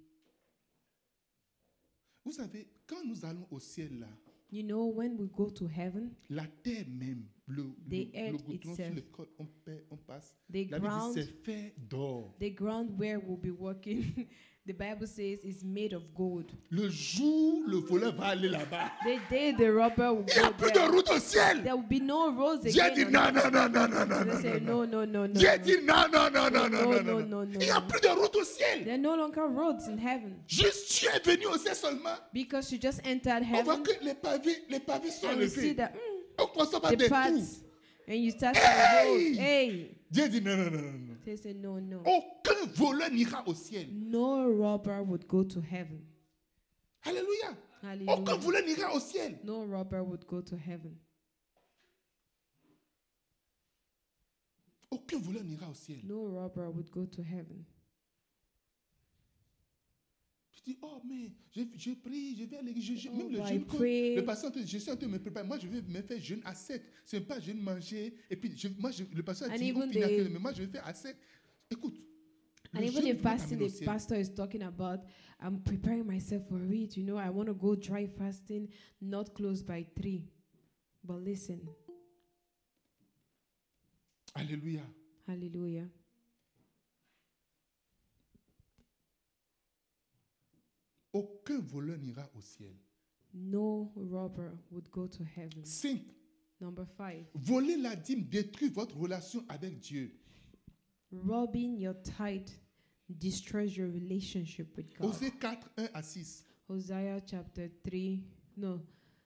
A: Vous savez, quand nous allons au ciel là,
B: You know, when we go to heaven,
A: La terre même, le, le,
B: The
A: le
B: earth
A: goudron sur
B: itself.
A: lequel on, pa- on passe,
B: the
A: la Bible dit
B: ground,
A: c'est fait d'or.
B: the ground where we'll be walking, the Bible says is made of gold.
A: Le jour, le voleur va aller là-bas.
B: The day the robber will
A: Il n'y a
B: go
A: plus de
B: there,
A: route au ciel.
B: there will be no roads
A: Dieu
B: again.
A: dit
B: on
A: non,
B: earth.
A: non, non, non, non, non,
B: They
A: non,
B: say
A: non, non.
B: no, no, no, no.
A: Dieu
B: no.
A: dit non, non, non, non, non,
B: Non,
A: non,
B: non,
A: non.
B: non,
A: Il n'y a
B: non.
A: plus de route au ciel.
B: There are no longer roads in heaven
A: Juste tu es venu au ciel seulement.
B: because you just entered
A: On voit
B: heaven
A: que les pavés, les pavés sont
B: and you see
A: levés.
B: that mm,
A: On commence par des
B: the
A: trous.
B: paths and you start
A: Hey!
B: to roads. Hey,
A: Dieu dit non, non, non, non, non.
B: they say no, no.
A: Oh. Aucun voleur n'ira au ciel.
B: No robber would go to heaven.
A: Alléluia. Aucun
B: Hallelujah.
A: voleur n'ira au ciel.
B: No robber would go to heaven.
A: Aucun voleur n'ira au ciel.
B: No robber would go to heaven.
A: Je dis, oh, mais je, je prie, je vais à l'église, je- je-
B: Oh,
A: même le
B: I
A: jeûne, que
B: pray.
A: le pasteur, je suis en train de me préparer. Moi, je vais me faire jeûne à sec. Ce n'est pas jeûne manger. Et puis, je, moi, je- le pasteur a
B: And
A: dit, on
B: even
A: finit à
B: the-
A: quelle heure, mais moi, je vais faire à sec. Écoute. le
B: And even
A: jeûne
B: the
A: ne va pas
B: fasting
A: t'amener au
B: the
A: ciel.
B: pastor is talking about, I'm preparing myself for it. You know, I want to go dry fasting, not close by three. But listen,
A: Alléluia.
B: hallelujah.
A: Aucun voleur n'ira au ciel.
B: No robber would go to heaven.
A: Cinq.
B: Number five,
A: Voler la dîme détruit votre relation avec Dieu.
B: robbing your tithe destroys your relationship with God.
A: Osée 4, 1 à 6.
B: Hosea chapter 3, no,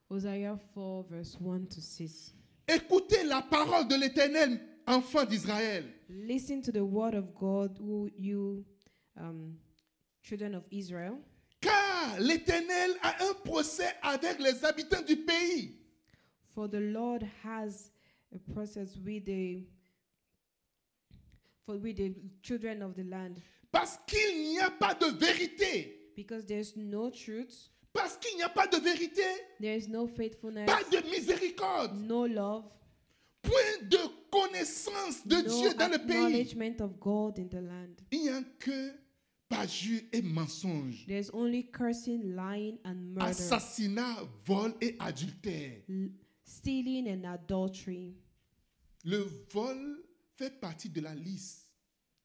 B: Hosea 4, verse 1 to 6.
A: Écoutez la parole de l'Éternel, enfant d'Israël.
B: Listen to the word of God, who you um, children of Israel.
A: Car l'Éternel a un procès avec les habitants du pays.
B: For the Lord has a process with the for with the children of the land,
A: Parce qu'il n'y a pas de vérité.
B: because there's no truth,
A: Parce qu'il n'y a pas de vérité.
B: there is no faithfulness,
A: Pas de miséricorde.
B: no love,
A: Point de connaissance de
B: no
A: Dieu dans le pays.
B: acknowledgement of God in the land.
A: Il n'y a que parjure et mensonge.
B: There's only cursing, lying, and murder,
A: Assassinat, vol et adultère.
B: l- stealing, and adultery.
A: Le vol fait partie de la liste.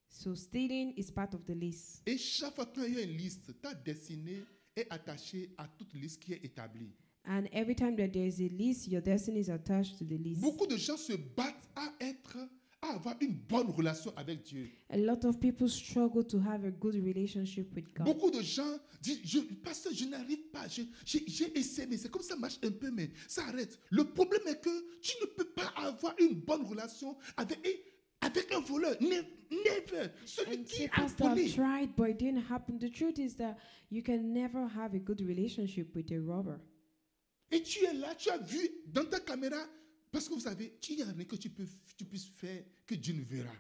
B: So stealing is part of the list.
A: Et chaque fois qu'il y a une liste, ta destinée est attachée à toute liste qui est établie.
B: And every time that there is a list, your destiny is attached to the list.
A: Beaucoup de gens se battent à être, à avoir une bonne relation avec Dieu.
B: A lot of people struggle to have a good relationship with God.
A: Beaucoup de gens disent, je, parce que je n'arrive pas, je- j'ai j'ai essayé, mais c'est comme ça marche un peu, mais ça arrête. Le problème est que tu ne peux pas avoir une bonne relation avec, et- avec un voleur. Ne- Never. Celui
B: And
A: qui
B: say,
A: a
B: Pastor, I've
A: volé.
B: tried, but it didn't happen. The truth is that you can never have a good relationship with a robber.
A: Et tu es là, tu as vu dans ta caméra, parce que vous savez, il n'y a rien que tu, peux, tu puisses faire que Dieu ne verra.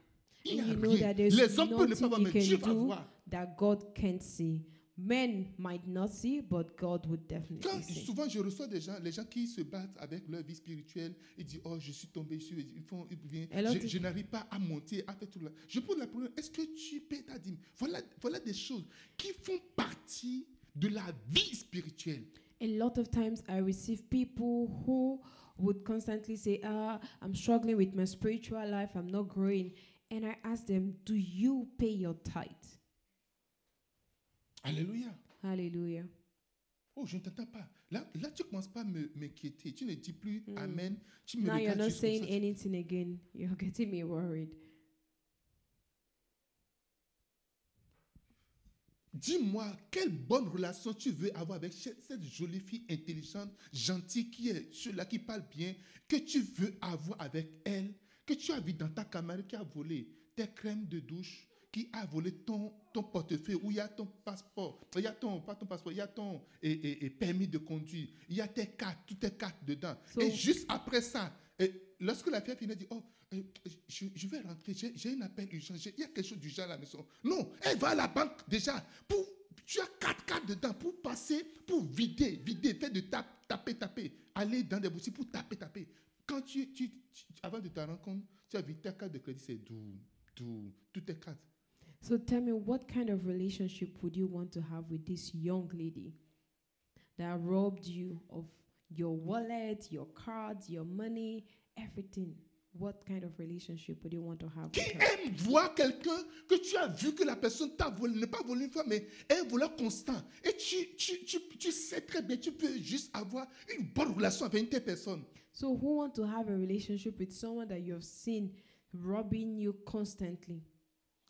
A: Il n'y a
B: And you know
A: rien.
B: that there's
A: Les hommes peuvent ne pas voir,
B: nothing
A: mais
B: you
A: Dieu
B: can
A: va
B: do
A: voir.
B: that God can't see. Men might not see, but God would
A: Quand
B: definitely see.
A: souvent je reçois des gens, les gens qui se battent avec leur vie spirituelle, ils disent Oh, je suis tombé, je, suis- ils font, ils viennent,
B: Alors,
A: je,
B: tu-
A: je n'arrive pas à monter, à faire tout là. Je pose la première Est-ce que tu paies ta dîme voilà, voilà des choses qui font partie de la vie spirituelle.
B: A lot of times I receive people who would constantly say, Ah, I'm struggling with my spiritual life, I'm not growing. And I ask them, Do you pay your tithe?
A: Alléluia.
B: Hallelujah.
A: Oh, je ne t'entends pas. Là, là tu ne commences pas à me- m'inquiéter. Tu ne dis plus
B: Mm.
A: Amen. Tu me
B: Now you're
A: regardes
B: not
A: juste comme
B: saying
A: ça, tu-
B: anything again. You're getting me worried.
A: Dis-moi, quelle bonne relation tu veux avoir avec che- cette jolie fille intelligente, gentille, qui est celle-là, qui parle bien, que tu veux avoir avec elle, que tu as vu dans ta caméra qui a volé tes crèmes de douche, qui a volé ton, ton portefeuille, où il y a ton passeport, il y a ton, pas ton passeport, il y a ton et, et- et permis de conduire, il y a tes cartes, toutes tes cartes dedans.
B: So-
A: et juste après ça, et lorsque la fille finit, elle dit, oh, euh, je, je vais rentrer, j'ai j'ai un appel urgent, j'ai- il y a quelque chose d'urgent à la maison. Non, elle va à la banque déjà. Pour, tu as quatre cartes dedans pour passer, pour vider, vider, faire de tape, taper, taper. Aller dans des boutiques pour taper, taper. Quand tu, tu, tu- avant de t'en rendre compte, tu as vu ta carte de crédit, c'est doux, doux, toutes tes cartes.
B: So tell me, what kind of relationship would you want to have with this young lady that robbed you of your wallet, your cards, your money, everything. What kind of relationship would you want to have
A: Qui
B: with her?
A: aime voir quelqu'un que tu as vu que la personne t'a volé, ne pas volé une fois, mais est un voleur constant. Et tu, tu, tu, tu sais très bien, tu peux juste avoir une bonne relation avec une telle personne.
B: So who want to have a relationship with someone that you have seen robbing you constantly?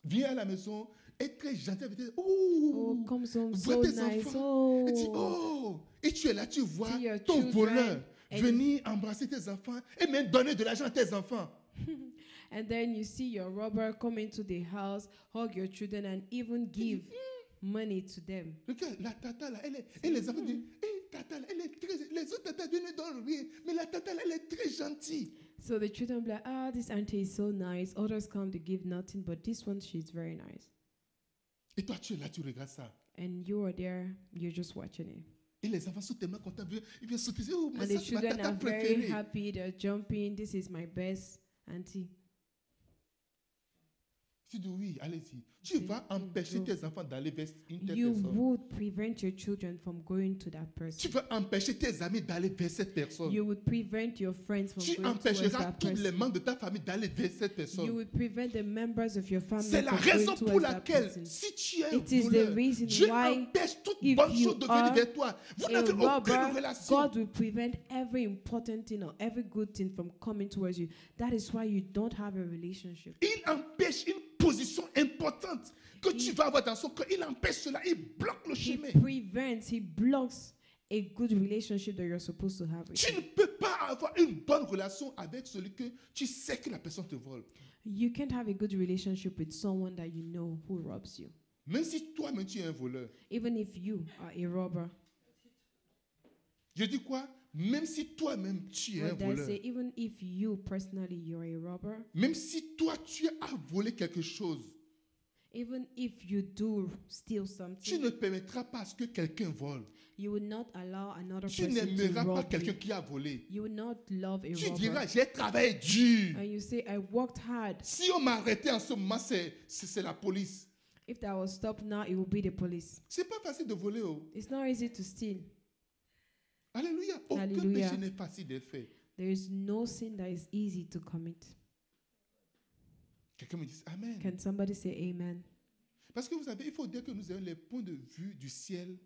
A: Viens à la maison, être très gentil avec tes...
B: Oh,
A: Oh,
B: comes home
A: vois
B: so
A: tes
B: nice.
A: Et tu,
B: Oh.
A: oh, et tu es là, tu vois
B: See your
A: ton
B: children
A: voleur
B: and-
A: venir embrasser tes enfants et même donner de l'argent à tes enfants.
B: And then you see your robber come into the house, hug your children, and even give money to them.
A: Regarde, la tata là, elle est, et les enfants disent, Hey, tata là, elle est très, les autres tatas Dieu ne donnent rien, mais la tata là, elle est très gentille.
B: So the children be like, ah, this auntie is so nice. Others come to give nothing, but this one, she's very nice.
A: Et toi, tu es là, tu regardes ça.
B: And you are there, you're just watching it.
A: Et les enfants sont tellement contents, ils viennent- ils viennent sauter, oh, mais ça,
B: And the
A: c'est ma
B: children
A: tata
B: are very
A: préférée.
B: happy. They're jumping. This is my best auntie.
A: Tu dis oui, allez-y. Tu
B: C'est
A: vas
B: un
A: empêcher
B: jour.
A: tes enfants d'aller vers une telle
B: You
A: personne.
B: would prevent your children from going to that
A: Tu
B: person.
A: vas empêcher tes amis d'aller vers cette personne.
B: You would prevent your friends from
A: Tu
B: going towards
A: empêcheras
B: that
A: tous les
B: person.
A: membres de ta famille d'aller vers cette
B: You
A: personne.
B: would prevent the members of your family
A: C'est
B: from
A: la
B: going
A: raison pour
B: towards that person.
A: laquelle, si tu es
B: It is the
A: voleur,
B: reason
A: Dieu
B: why
A: empêche toute
B: if
A: bonne
B: you
A: chose de venir
B: are
A: vers toi. Vous
B: a
A: n'avez aucune
B: robber,
A: relation.
B: God will prevent every important thing or every good thing from coming towards you. That is why you don't have a relationship.
A: Il empêche une position importante que tu
B: Il-
A: vas avoir dans son cœur. Il empêche cela. Il bloque le
B: He
A: chemin.
B: prevents, he blocks a good relationship that you're supposed to have with
A: Tu
B: him.
A: ne peux pas avoir une bonne relation avec celui que tu sais que la personne te vole.
B: You can't have a good relationship with someone that you know who robs you.
A: Même si toi-même tu es un voleur.
B: Even if you are a robber.
A: Je dis quoi Même si toi-même tu es un
B: Or did I
A: voleur.
B: say, even if you personally you're a robber,
A: Même si toi tu as volé quelque chose,
B: even if you do steal
A: tu ne
B: something,
A: permettras pas à ce que quelqu'un vole.
B: you will not allow another
A: Tu
B: person to
A: n'aimeras pas
B: rob
A: quelqu'un
B: you.
A: qui a volé.
B: You will not love a
A: Tu
B: robber.
A: diras, j'ai travaillé dur.
B: and you say, I worked hard.
A: Si on m'arrêtait en ce moment, c'est c'est- c'est la police.
B: If I was stopped now, it would be the police.
A: C'est pas facile de voler. oh.
B: It's not easy to steal.
A: Alléluia. Aucun
B: Alléluia.
A: péché n'est facile de faire.
B: There is no sin that is easy to commit.
A: Quelqu'un me dit Amen.
B: Can somebody say amen?
A: Parce que vous savez, il faut dire que nous avons les points de vue du ciel,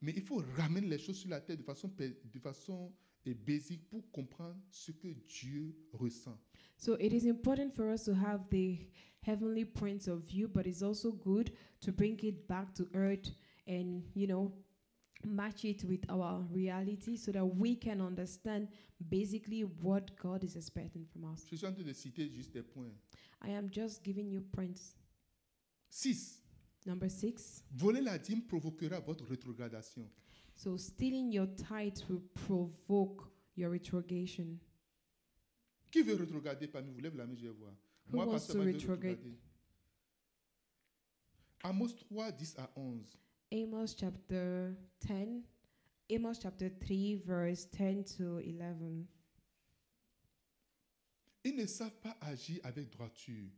A: mais il faut ramener les choses sur la terre de façon, pa- de façon eh, basique pour comprendre ce que Dieu ressent.
B: So it is important for us to have the heavenly points of view, but it's also good to bring it back to earth and, you know, match it with our reality so that we can understand basically what God is expecting from us.
A: Je suis en train de citer juste des points.
B: I am just giving you points.
A: 6.
B: Number six.
A: Voler la dîme provoquera votre rétrogradation.
B: So stealing your tithe will provoke your retrogation.
A: Qui veut rétrograder parmi vous Lève la main, je vais voir.
B: Who
A: Moi,
B: wants
A: pasteur,
B: to
A: moi, je veux
B: retrograde?
A: rétrograder. Amos 3, 10 à 11.
B: Amos chapter 10, Amos chapter 3, verse 10 to 11.
A: Ils ne savent pas agir avec droiture,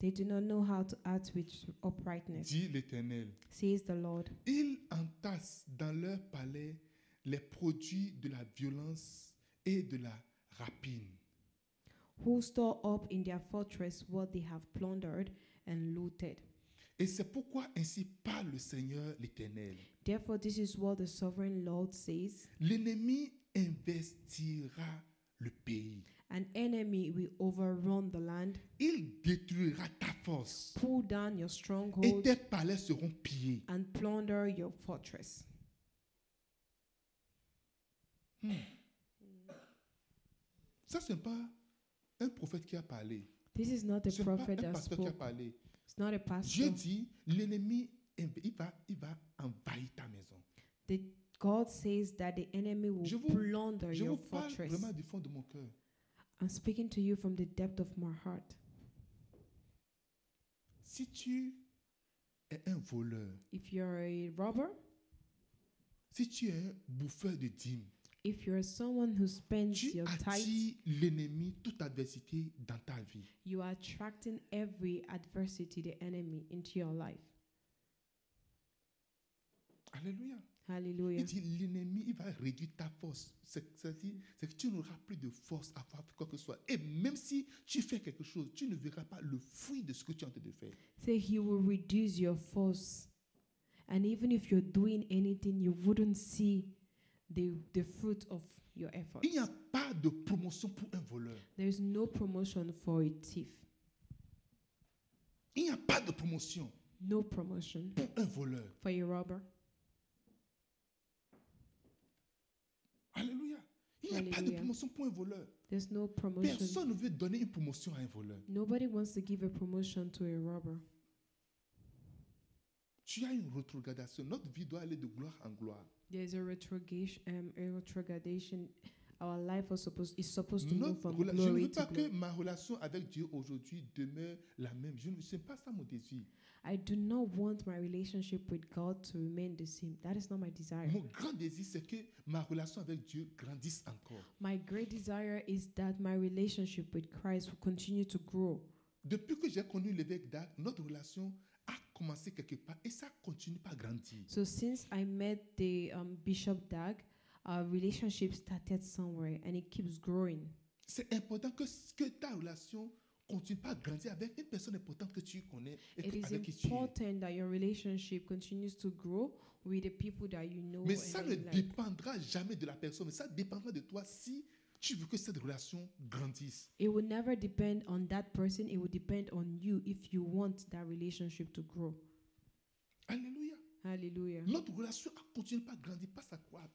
B: They do not know how to act with uprightness,
A: dit l'Éternel.
B: says the Lord.
A: Ils entassent dans leur palais les produits de la violence et de la rapine.
B: Who store up in their fortress what they have plundered and looted.
A: Et c'est pourquoi ainsi parle le Seigneur l'Éternel.
B: Therefore, this is what the sovereign Lord says
A: L'ennemi investira le pays.
B: An enemy will overrun the land,
A: Il détruira ta force
B: pull down your
A: et
B: stronghold,
A: tes palais seront pillés.
B: and plunder your fortress.
A: Ça, ce n'est pas un prophète qui a parlé.
B: This is not
A: Ce n'est
B: a
A: pas
B: prophet
A: un
B: that
A: pasteur qui a
B: spoke.
A: parlé.
B: It's not a pastor.
A: Dieu dit, l'ennemi, il va, il va envahir ta maison.
B: The God says that the enemy will
A: Je vous-
B: plunder
A: Je
B: your
A: vous parle
B: fortress.
A: vraiment du fond de mon cœur.
B: I'm speaking to you from the depth of my heart.
A: Si tu es un voleur,
B: If you're a robber,
A: si tu es un bouffeur de dîmes,
B: if you're someone who spends
A: tu
B: your tithe,
A: attires l'ennemi, toute adversité dans ta vie.
B: you are attracting every adversity, the enemy, into your life.
A: Alléluia.
B: Hallelujah.
A: Il dit, l'ennemi, il va réduire ta force. C'est- C'est-à-dire, c'est que tu n'auras plus de force à faire quoi que ce soit. Et même si tu fais quelque chose, tu ne verras pas le fruit de ce que tu es en train de faire.
B: Say he will reduce your force. And even if you're doing anything, you wouldn't see the, the fruit of your efforts.
A: Il n'y a pas de promotion pour un voleur.
B: There is no promotion for a thief.
A: Il n'y a pas de promotion
B: No promotion
A: pour un voleur.
B: for a robber.
A: Alléluia. Il n'y a pas de
B: Alléluia.
A: promotion pour un voleur.
B: There's no promotion.
A: Personne ne veut donner une promotion à un voleur.
B: Nobody wants to give a promotion to a robber.
A: Tu as une rétrogradation. Notre vie doit aller de gloire en gloire.
B: There's a retrogation. Um, a retrogradation. Our life was supposed is supposed to move
A: Notre
B: from
A: rela- je ne
B: glory
A: veux
B: to
A: pas que
B: glory.
A: ma relation avec Dieu aujourd'hui demeure la même. Je ne sais pas ça mon désir.
B: I do not want my relationship with God to remain the same. That is not my desire.
A: Mon grand désir, c'est que ma relation avec Dieu grandisse encore.
B: My great desire is that my relationship with Christ will continue to grow.
A: Depuis que j'ai connu l'évêque d'Arc, notre relation a commencé quelque part et ça continue pas à grandir.
B: So since I met the um, Bishop Dag, our relationship started somewhere and it keeps growing.
A: C'est important que, que ta relation continue pas à grandir avec une personne importante que tu connais et
B: It
A: que-
B: is
A: avec qui tu es.
B: important that your relationship continues to grow with the people that you know.
A: Mais
B: and
A: ça
B: that
A: ne
B: you like.
A: dépendra jamais de la personne, mais ça dépendra de toi si tu veux que cette relation grandisse.
B: It will never depend on that person. It will depend on you if you want that relationship to grow.
A: Alléluia.
B: Hallelujah.
A: Notre relation a continué pas à grandir, pas à croître.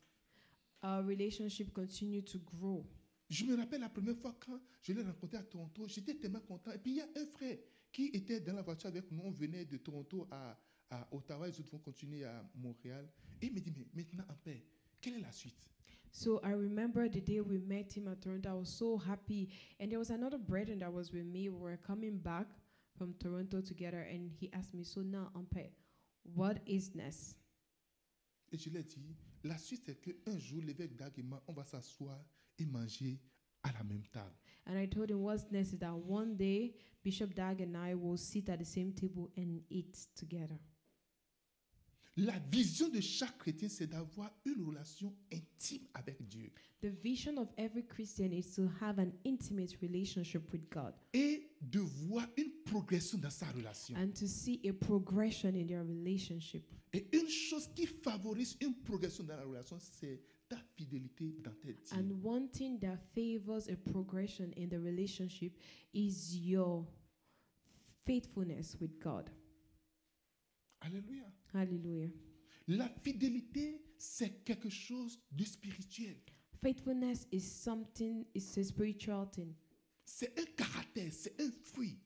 B: Our relationship continue to grow.
A: Je me rappelle la première fois quand je l'ai rencontré à Toronto, j'étais tellement content. Et puis il y a un frère qui était dans la voiture avec nous, on venait de Toronto à, à Ottawa, et autres vont continuer à Montréal. Et il me dit, mais maintenant en paix, quelle est la suite
B: So I remember the day we met him at Toronto. I was so happy. And there was another brethren that was with me. We were coming back from Toronto together. And he asked me, So now, Ampe, what is next?
A: Et je lui ai dit, la suite c'est qu'un jour l'évêque Dag et moi, on va s'asseoir et manger à la même table.
B: And I told him, What's next is that one day Bishop Dag and I will sit at the same table and eat together.
A: La vision de chaque chrétien, c'est d'avoir une relation intime avec Dieu.
B: The vision of every Christian is to have an intimate relationship with God
A: et de voir une progression dans sa relation.
B: and to see a progression in their relationship.
A: Et une chose qui favorise une progression dans la relation, c'est ta fidélité dans tes dîmes.
B: And one thing that favors a progression in the relationship is your faithfulness with God.
A: Alléluia.
B: Hallelujah.
A: La fidélité, c'est quelque chose de spirituel.
B: Faithfulness is something, it's a spiritual thing.
A: C'est un caractère, c'est un fruit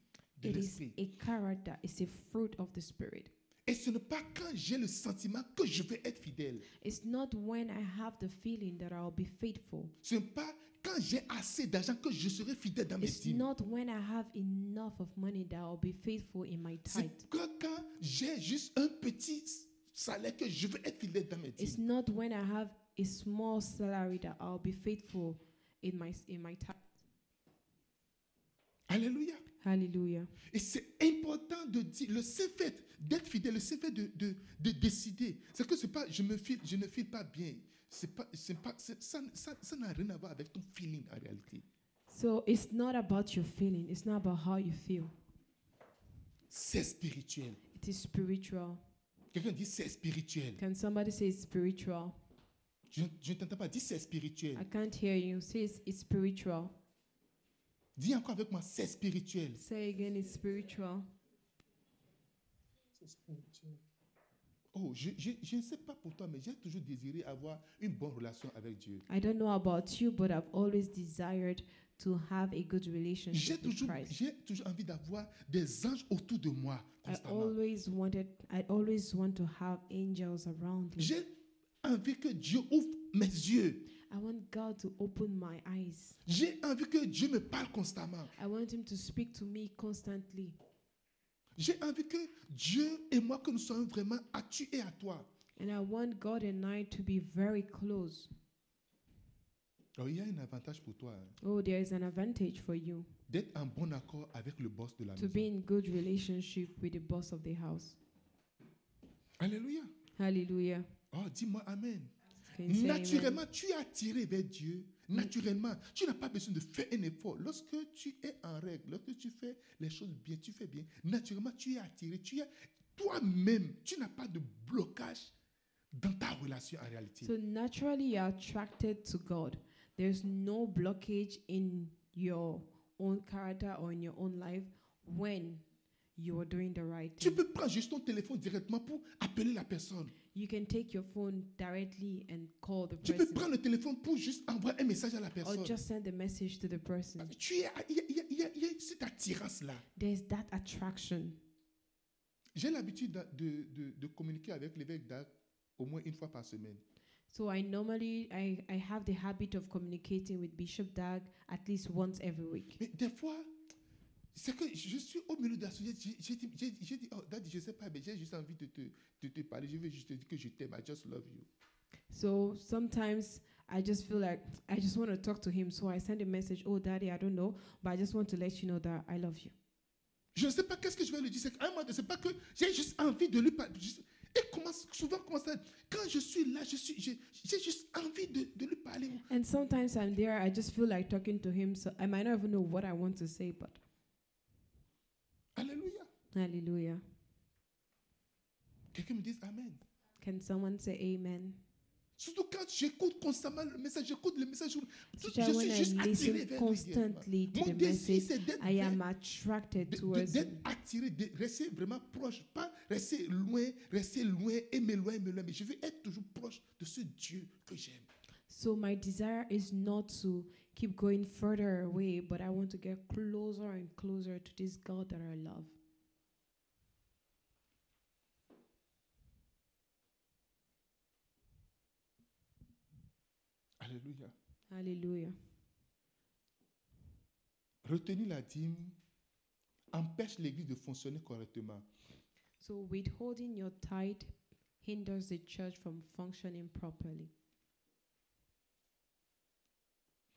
A: de
B: It is
A: l'esprit.
B: a character, it's a fruit of the Spirit.
A: Et ce n'est pas quand j'ai le sentiment que je vais être fidèle.
B: It's not when I have the feeling that I'll be faithful,
A: Ce n'est pas quand j'ai assez d'argent que je serai fidèle dans mes
B: it's
A: dîmes.
B: not when I have enough of money that I'll be faithful in my tithe.
A: C'est que quand j'ai juste un petit salaire que je vais être fidèle dans mes
B: It's
A: dîmes.
B: not when I have a small salary that I'll be faithful in my in my tithe.
A: Alléluia.
B: Hallelujah.
A: Et c'est important de dire, le seul fait d'être fidèle, le seul fait de, de, de décider, c'est que c'est pas, je me file, je ne file pas bien. C'est pas, c'est pas, c'est- ça, ça, ça n'a rien à voir avec ton feeling en réalité.
B: So it's not about your feeling, it's not about how you feel.
A: C'est spirituel.
B: It is spiritual.
A: Quelqu'un dit c'est spirituel.
B: Can somebody say it's spiritual?
A: Je, je ne t'entends pas, dis c'est spirituel.
B: I can't hear you. Say it's, it's spiritual.
A: Dis encore avec moi, c'est spirituel.
B: Say again, it's spiritual.
A: Oh, je, je, je ne sais pas pour toi, mais j'ai toujours désiré avoir une bonne relation avec Dieu.
B: I don't know about you, but I've always desired to have a good
A: J'ai
B: relationship with
A: toujours,
B: Christ.
A: j'ai toujours envie d'avoir des anges autour de moi
B: I
A: constamment.
B: always wanted, I always want to have angels around me.
A: J'ai envie que Dieu ouvre mes yeux.
B: I want God to open my eyes.
A: J'ai envie que Dieu me parle constamment.
B: I want Him to speak to me constantly.
A: J'ai envie que Dieu et moi, que nous soyons vraiment à tu et à toi.
B: And I want God and I to be very close.
A: Alors, il y a un avantage pour toi, hein,
B: Oh, there is an advantage for you.
A: d'être en bon accord avec le boss de la
B: to be
A: maison.
B: in good relationship with the boss of the house.
A: Alléluia.
B: Hallelujah.
A: Oh, dis-moi Amen.
B: Can you say amen?
A: Naturellement, tu es attiré vers Dieu. Naturellement, tu n'as pas besoin de faire un effort. Lorsque tu es en règle, lorsque tu fais les choses bien, tu fais bien, naturellement, tu es attiré. Tu es toi-même. Tu n'as pas de blocage dans ta relation en réalité.
B: So naturally, you're attracted to God. There's no blockage in your own character or in your own life when you are doing the right
A: tu
B: thing.
A: peux prendre juste ton téléphone directement pour appeler la personne.
B: You can take your phone directly and call the
A: Tu peux
B: person
A: prendre le téléphone pour juste envoyer un message à la
B: or
A: personne.
B: just send a message to the person.
A: Tu es, il y a- il y a- il y a- il y a cette attirance-là.
B: There's that attraction.
A: J'ai l'habitude d'a- de, de- de communiquer avec l'évêque d'Arc au moins une fois par semaine.
B: So I normally I, I have the habit of communicating with Bishop Dag at least once every week.
A: Mais des fois, c'est que je suis au milieu de la société. j'ai- J'ai dit- j'ai dit, j'ai dit, oh, Daddy, je sais pas, mais j'ai juste envie de te, de te parler. Je veux juste te dire que je t'aime. I just love you.
B: So sometimes I just feel like I just want to talk to him. So I send a message, oh daddy, I don't know, but I just want to let you know that I love you.
A: Je ne sais pas qu'est-ce que je vais lui dire. C'est qu'à un moment donné, c'est pas que j'ai juste envie de lui parler. Juste- Et commence, souvent, comment ça Quand je suis là, je suis, j'ai j'ai juste envie de, de lui parler.
B: And sometimes I'm there, I just feel like talking to him. So I might not even know what I want to say, but
A: Alléluia.
B: hallelujah.
A: Quelqu'un me dit Amen.
B: Can someone say amen?
A: Surtout quand j'écoute constamment le message, j'écoute le message. Je,
B: Such that when
A: suis
B: I
A: juste attiré
B: listen
A: vers lui.
B: constantly to
A: Mon
B: the
A: désir,
B: message,
A: c'est d'être
B: I
A: vers-
B: am attracted
A: de- de-
B: towards
A: d'être
B: him.
A: attiré, de rester vraiment proche, pas rester loin, rester loin et m'éloigner, m'éloigner. Mais je veux être toujours proche de ce Dieu que j'aime.
B: So my desire is not to keep going further away, but I want to get closer and closer to this God that I love.
A: Alléluia.
B: Hallelujah.
A: Retenir la dîme empêche l'Église de fonctionner correctement.
B: So withholding your tithe hinders the church from functioning properly.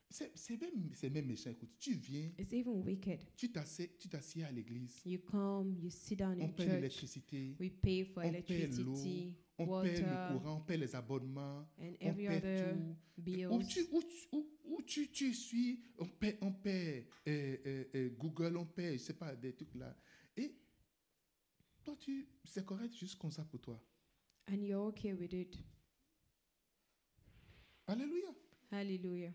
A: C'est c'est même, c'est même méchant. Écoute, tu viens,
B: It's even wicked.
A: tu t'assieds tu t'assieds à l'Église,
B: You come, you sit down
A: on
B: in
A: paie
B: church.
A: l'électricité,
B: We pay for
A: on paie
B: electricity,
A: on paie le
B: water,
A: courant, on paie les abonnements,
B: and
A: on
B: every
A: paie
B: other
A: tout. Où
B: bills.
A: tu, où tu- où- où tu- tu suis, on paie, on paie, euh, euh, euh, Google, on paie, je sais pas, des trucs là. Et toi, tu, c'est correct juste comme ça pour toi.
B: And you're okay with it.
A: Alléluia.
B: Hallelujah.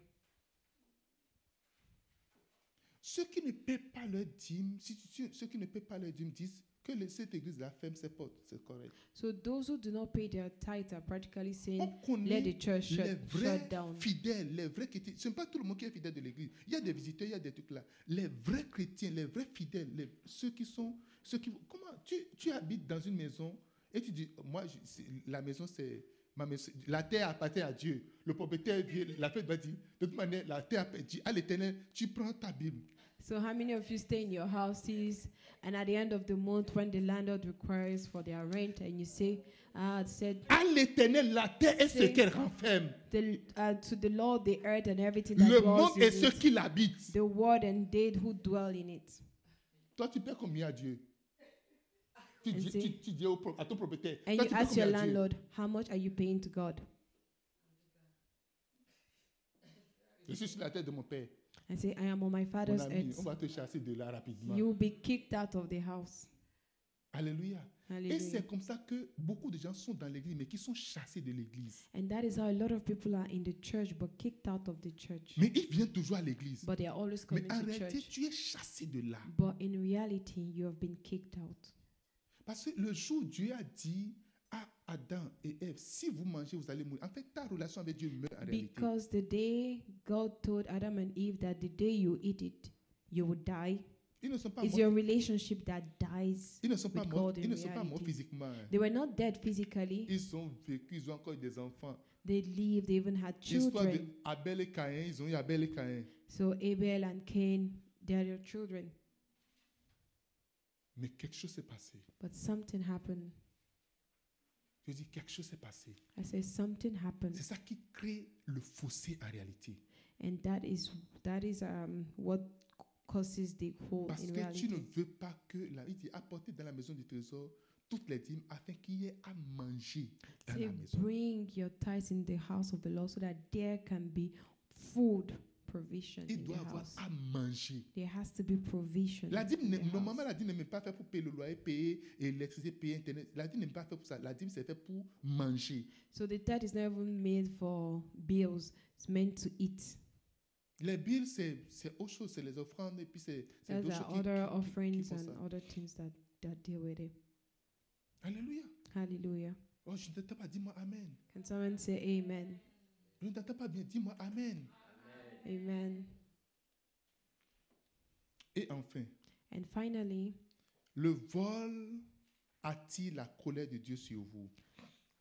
A: Ceux qui ne paient pas leur dîme, si tu- tu- ceux qui ne paient pas leur dîme disent que le- cette église-là ferme ses portes, c'est correct.
B: So those who do not pay their tithe are practically
A: On
B: saying, let the
A: connaît
B: church shut,
A: les
B: shut
A: vrais
B: down.
A: fidèles, les vrais chrétiens. Ce n'est pas tout le monde qui est fidèle de l'église. Il y a des visiteurs, il y a des trucs là. Les vrais chrétiens, les vrais fidèles, les- ceux qui sont. Ceux qui, comment tu, tu habites dans une maison et tu dis Moi, je- c'est- la maison, c'est. Ma maison, la terre appartient à Dieu. Le propriétaire vient, la fête va dire De toute manière, la terre appartient à l'éternel. Tu prends ta Bible.
B: So how many of you stay in your houses and at the end of the month when the landlord requires for their rent and you say, ah, it said
A: À l'éternel, la terre est ce
B: C'est-
A: qu'elle renferme.
B: the, uh, to the Lord the earth and everything that
A: Le
B: dwells
A: monde
B: in
A: est ce
B: it,
A: qui l'habite.
B: the world and they who dwell in it.
A: Toi, tu paies combien à Dieu tu
B: And
A: dis,
B: see.
A: tu- tu dis au pro- à ton propriétaire. Toi,
B: And you
A: tu paies
B: ask your
A: combien à Dieu
B: landlord, how much are you paying to God?
A: Je suis sur la tête de mon père.
B: And say, I am on my
A: Mon
B: father's
A: ami, on
B: earth.
A: va te chasser de là rapidement.
B: You will be kicked out of the house.
A: Alléluia. Et
B: Hallelujah.
A: c'est comme ça que beaucoup de gens sont dans l'église, mais qui sont chassés de l'église.
B: And that is how a lot of people are in the church but kicked out of the church.
A: Mais ils viennent toujours à l'église.
B: But they are always coming
A: Mais en
B: to
A: réalité,
B: church.
A: tu es chassé de là.
B: But in reality, you have been kicked out.
A: Parce que le jour où Dieu a dit à Adam et Ève, si vous mangez, vous allez mourir. En fait, ta relation avec Dieu meurt en réalité.
B: Because the day God told Adam and Eve that the day you eat it, you will die,
A: Ils ne sont pas
B: it's
A: morts.
B: your relationship that dies.
A: Ils ne sont pas
B: with
A: morts.
B: God in
A: Ils ne sont pas morts
B: reality.
A: physiquement. hein.
B: They were not dead physically,
A: Ils ont vécu, ils ont encore eu des enfants.
B: they lived, they even had
A: L'histoire de
B: children.
A: Abel et Caïn, ils ont eu Abel et Caïn.
B: So Abel and Cain, they are your children.
A: Mais quelque chose s'est passé.
B: But something happened.
A: Je dis, quelque chose s'est passé.
B: I say something happened.
A: C'est ça qui crée le fossé en réalité.
B: And that is that is um what c- causes they hold
A: Parce
B: in
A: que tu
B: reality.
A: ne veux pas que la il dit apportez dans la maison du trésor toutes les dîmes afin qu'il y ait à manger dans
B: Say,
A: la maison.
B: bring your tithes in the house of the Lord so that there can be food provision
A: Il
B: in
A: doit
B: the
A: avoir
B: house.
A: à manger.
B: There has to be provision.
A: La dîme,
B: in
A: n'est-
B: the house.
A: normalement, la dîme n'est même pas faite pour payer le loyer, payer l'électricité, payer Internet. La dîme n'est pas faite pour ça. La dîme, c'est fait pour manger.
B: So the tithe is not even made for bills. It's meant to eat.
A: Les billes, c'est c'est autre chose. C'est les offrandes et puis c'est c'est
B: Those
A: d'autres
B: are
A: choses qui-
B: other
A: qui- qui- qui
B: offerings
A: font
B: and
A: ça.
B: other things that, that deal with it.
A: Alléluia.
B: Hallelujah.
A: Oh, je ne t'entends pas. Dis-moi Amen.
B: Can someone say amen?
A: Je ne t'entends pas bien. Dis-moi Amen.
B: Amen.
A: Et enfin,
B: And finally,
A: le vol attire la colère de Dieu sur vous.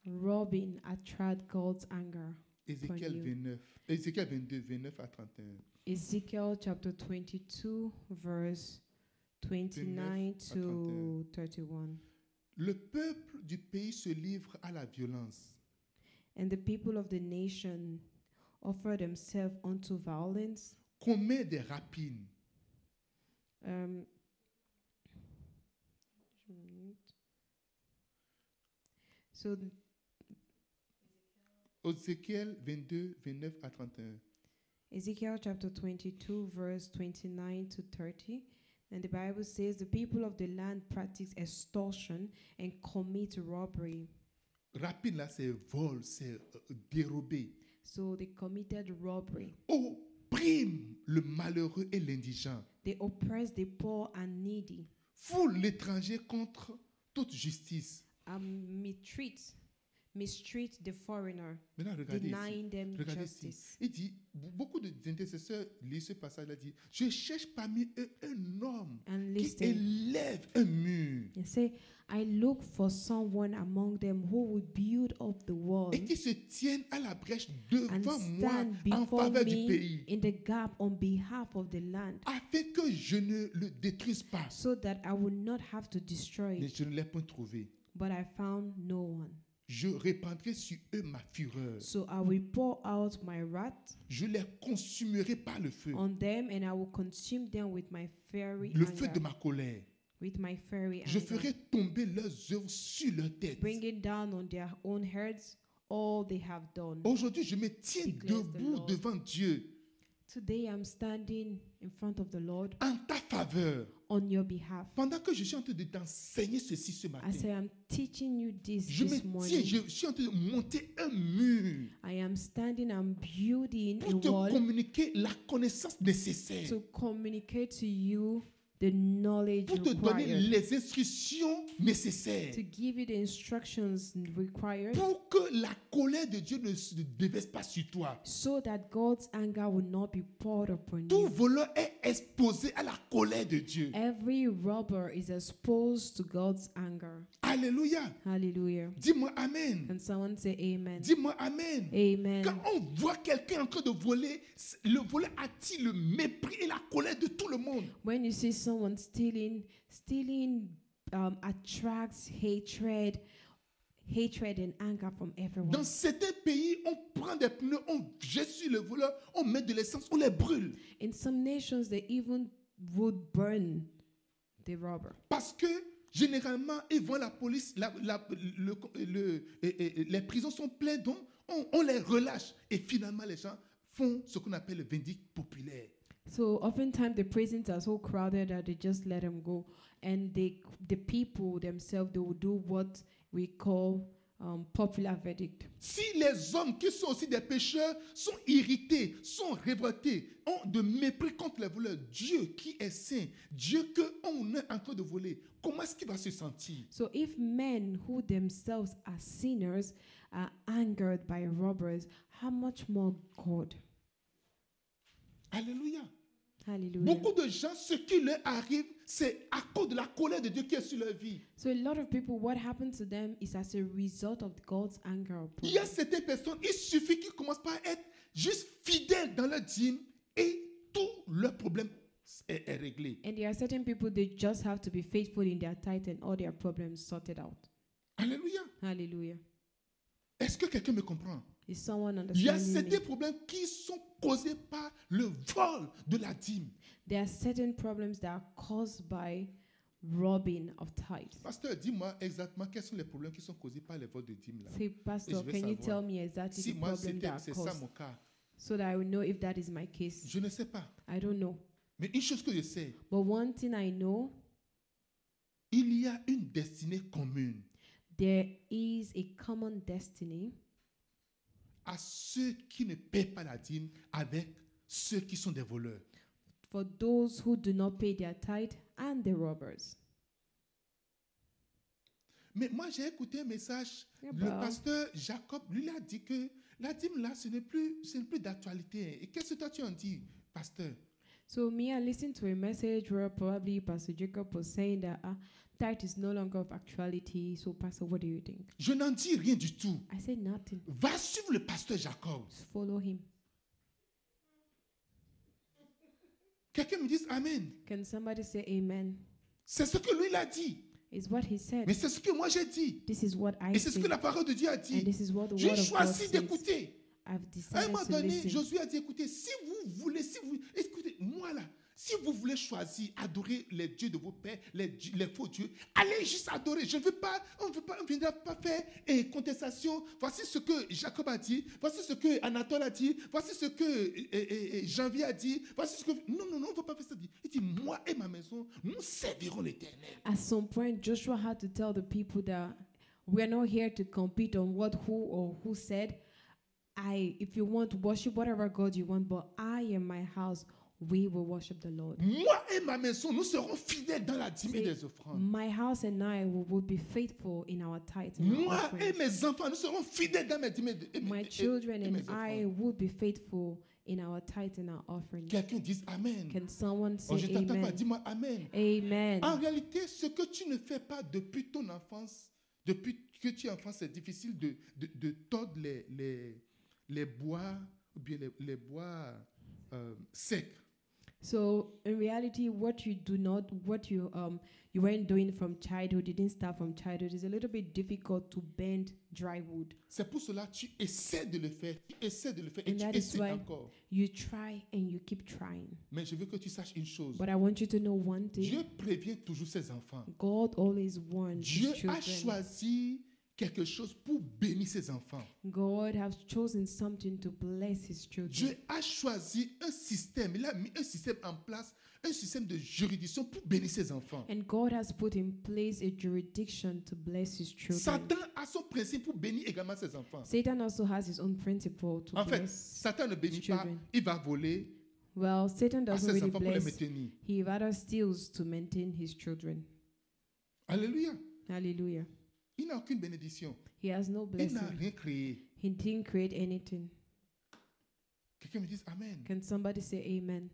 B: robbing attract God's anger.
A: Ézéchiel
B: Prenez-le.
A: 29, Ézéchiel 22, 29 à 31.
B: Ezekiel chapter 22, verse 29
A: à
B: to 31.
A: Le peuple du pays se livre à la violence.
B: And the people of the nation offer themselves unto violence.
A: commet des rapines.
B: Um, so th-
A: Ézéchiel 22, 29 à 31.
B: Ezekiel chapter 22, verse 29 to 30. And the Bible says, The people of the land practice extortion and commit robbery.
A: Rapine, là, c'est vol, c'est euh, dérobé.
B: So they committed robbery.
A: Opprime le malheureux et l'indigent.
B: They oppress the poor and needy
A: Foule l'étranger contre toute justice.
B: and mistreat, mistreat the foreigner,
A: Maintenant, regardez ici.
B: denying them
A: Regardez ici.
B: justice.
A: Il dit, beaucoup de- d'intercesseurs lisent ce passage-là, dit, je cherche parmi eux un homme
B: And
A: qui
B: listen,
A: élève un mur
B: and say, I look for someone among them who will build up the wall
A: et qui se tienne à la brèche
B: Oh. and
A: devant moi
B: stand
A: en
B: before
A: faveur du
B: me
A: pays,
B: in the gap on behalf of the land,
A: afin que je ne le détruise pas.
B: so that I will not have to destroy
A: mais
B: it.
A: je ne l'ai point trouvé.
B: But I found no one.
A: Je répandrai sur eux ma fureur.
B: So I will pour out my wrath
A: Je les consumerai par le feu,
B: on them, and I will consume them with my fiery
A: le feu
B: anger.
A: de ma colère.
B: with my fairy
A: Je
B: anger,
A: ferai tomber leurs œuvres sur leur tête.
B: bringing down on their own heads all they have done.
A: Aujourd'hui, je me tiens
B: Declares the
A: debout
B: Lord.
A: devant Dieu
B: Today I'm standing in front of the Lord
A: en ta faveur.
B: on your behalf.
A: Pendant que je suis en train de t'enseigner ceci ce matin,
B: As I am teaching you this
A: je
B: this
A: me tiens,
B: morning,
A: je suis en train de monter un mur
B: I am standing and building a
A: pour te
B: wall
A: communiquer la connaissance nécessaire,
B: to communicate to you the knowledge
A: pour te donner
B: required,
A: les instructions nécessaires.
B: to give you the instructions required,
A: pour que la colère de Dieu ne se déverse pas sur toi.
B: so that God's anger will not be poured upon
A: Tout
B: you.
A: voleur est exposé à la colère de Dieu.
B: Every robber is exposed to God's anger.
A: Alléluia.
B: Hallelujah.
A: Dis-moi Amen.
B: Can someone say amen?
A: Dis-moi Amen. Quand
B: Amen.
A: on voit quelqu'un en train de voler, le voleur attire le mépris et la colère de tout le monde.
B: When you see someone stealing, stealing um, attracts hatred, hatred and anger from
A: Dans
B: everyone.
A: certains pays, on prend des pneus, on jette sur le voleur, on met de l'essence, on les brûle.
B: In some nations, they even would burn the robber
A: Parce que généralement, ils vont à la police, la- la- le- le- et- et- les prisons sont pleines, donc on, on les relâche. Et finalement, les gens font ce qu'on appelle le vindicte populaire.
B: So oftentimes the prisons are so crowded that they just let them go, and they the people themselves they will do what we call um, popular verdict.
A: Si les hommes qui sont aussi des pécheurs sont irrités, sont révoltés, ont de mépris contre les voleurs, Dieu qui est saint, Dieu que on est en train de voler, comment est-ce qu'il va se sentir
B: So if men who themselves are sinners are angered by robbers, how much more God?
A: Alléluia.
B: Hallelujah.
A: Beaucoup de gens, ce qui leur arrive, c'est à cause de la colère de Dieu qui est sur leur vie.
B: So a lot of people, what happened to them is as a result of God's anger upon
A: Il y a
B: them.
A: certaines personnes, il suffit qu'ils commencent par être juste fidèles dans leur dîme et tout leur problème est, est réglé.
B: And there are certain people they just have to be faithful in their tithe and all their problems sorted out.
A: Alléluia.
B: Hallelujah.
A: Est-ce que quelqu'un me comprend?
B: Is someone
A: Il y a
B: understanding me?
A: certains problèmes qui sont causés par le vol de la dîme.
B: There are certain problems that are caused by robbing of tithes.
A: Pasteur, dis-moi exactement quels sont les problèmes qui sont causés par les vols de dîme là.
B: Say, Pastor,
A: vais
B: can you
A: savoir.
B: tell me exactly
A: Si
B: the
A: moi
B: problem
A: c'était,
B: that
A: c'est
B: are
A: ça
B: caused
A: mon cas.
B: so that I will know if that is my case?
A: Je ne sais pas.
B: I don't know.
A: Mais une chose que je sais,
B: But one thing I know
A: il y a une destinée commune
B: there is a common destiny
A: à ceux qui ne paient pas la dîme avec ceux qui sont des voleurs.
B: for those who do not pay their tithe and the robbers.
A: Mais moi, j'ai écouté un message.
B: Yeah,
A: Le
B: bah.
A: pasteur Jacob, lui, il a dit que la dîme, là, ce n'est plus, ce n'est plus d'actualité. Et qu'est-ce que toi, tu en dis, pasteur
B: So me, I listened to a message where probably Pastor Jacob was saying that uh, tithe is no longer of actuality. So Pastor, what do you think?
A: Je n'en dis rien du tout.
B: I said nothing.
A: Va suivre le pasteur Jacob.
B: Just follow him.
A: Quelqu'un me dise Amen.
B: Can somebody say Amen?
A: C'est ce que lui, il a dit.
B: Is what he said.
A: Mais c'est ce que moi, j'ai dit.
B: This is what I
A: Et c'est ce
B: think,
A: que la parole de Dieu a
B: and
A: dit.
B: this is what the
A: J'ai
B: word of God
A: choisi
B: says.
A: d'écouter.
B: I've
A: À un
B: decided
A: moment
B: to
A: donné,
B: listen.
A: Josué a dit, écoutez, si vous voulez, si vous, écoutez, moi là, si vous voulez choisir, adorer les dieux de vos pères, les, dieux- les faux dieux, allez juste adorer. Je ne veux pas, on ne veut pas, on ne viendra pas faire eh, contestation. Voici ce que Jacob a dit, voici ce que Anatole a dit, voici ce que eh, eh, eh, Janvier a dit, voici ce que... Non, non, non, on ne veut pas faire ça. Il dit, moi et ma maison, nous servirons l'éternel.
B: At some point, Joshua had to tell the people that we are not here to compete on what who or who said. I, if you want, worship whatever God you want, but I and my house, we will worship the Lord.
A: Moi et ma maison, nous serons fidèles dans la dîme et
B: C'est-
A: des offrandes.
B: My house and I will, will be faithful in our tithes and our
A: Moi et
B: offerings.
A: mes enfants, nous serons fidèles dans mes dîmes et, et-
B: My
A: et- et-
B: children
A: et
B: and
A: mes
B: I
A: offrandes.
B: will be faithful in our tithes and our offerings.
A: Quelqu'un dise Amen.
B: Can someone
A: Oh, je
B: say
A: t'attends pas,
B: Amen?
A: dis-moi Amen.
B: Amen.
A: En réalité, ce que tu ne fais pas depuis ton enfance, depuis que tu es enfant, c'est difficile de, de, de tordre les, les, les bois, ou bien les, les bois euh, secs.
B: So in reality, what you do not, what you um, you weren't doing from childhood, you didn't start from childhood, is a little bit difficult to bend dry wood.
A: C'est pour cela que tu essaies de le faire, tu essaies de le faire
B: And
A: et tu
B: that is
A: essaies
B: why-
A: encore.
B: You try and you keep trying.
A: Mais je veux que tu saches une chose.
B: But I want you to know one thing:
A: Dieu prévient toujours ses enfants.
B: God always warns
A: Dieu
B: His
A: a
B: children.
A: choisi quelque chose pour bénir ses enfants.
B: God has chosen something to bless His children.
A: Dieu a choisi un système, il a mis un système en place, un système de juridiction pour bénir ses enfants.
B: and God has put in place a jurisdiction to bless his children.
A: Satan a son principe pour bénir également ses enfants.
B: Satan also has his own principle to
A: En fait,
B: bless.
A: Satan ne bénit pas,
B: children.
A: il va voler
B: Well, Satan
A: à
B: doesn't
A: ses
B: really
A: enfants pour les
B: bless.
A: maintenir.
B: He rather steals to maintain his children.
A: Alléluia.
B: Hallelujah.
A: Il n'a aucune bénédiction.
B: He has no
A: Il n'a
B: blessing.
A: rien créé.
B: He didn't create anything.
A: Quelqu'un me dise Amen.
B: Can somebody say amen?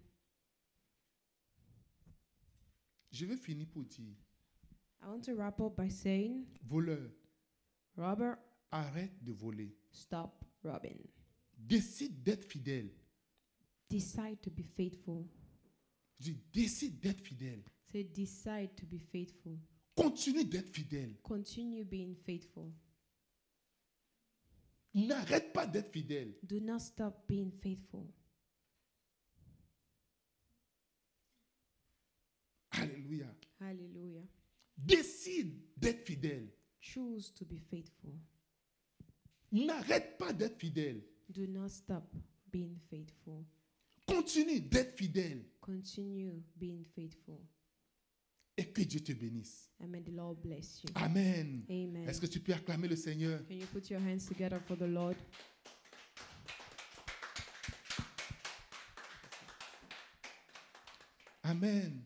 A: Je vais finir pour dire,
B: I want to wrap up by saying,
A: voleur,
B: Robert,
A: arrête de voler.
B: stop robbing.
A: Décide d'être fidèle.
B: Decide to be faithful.
A: Je dis, décide d'être fidèle.
B: Say, decide to be faithful.
A: Continue d'être fidèle.
B: Continue being faithful.
A: N'arrête pas d'être fidèle.
B: Do not stop being faithful.
A: Alléluia.
B: Hallelujah.
A: Décide d'être fidèle.
B: Choose to be faithful.
A: N'arrête pas d'être fidèle.
B: Do not stop being faithful.
A: Continue d'être fidèle.
B: Continue being faithful.
A: Et que Dieu te bénisse.
B: And may the Lord bless you.
A: Amen.
B: Amen.
A: Est-ce que tu peux acclamer le Seigneur?
B: Can you put your hands together for the Lord?
A: Amen.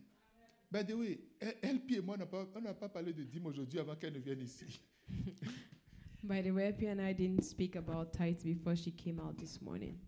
A: By the way, elle- elle puis et moi, on n'a pas- on n'a pas parlé de dîme aujourd'hui avant qu'elle ne vienne ici.
B: By the way, Epi and I didn't speak about tithes before she came out this morning.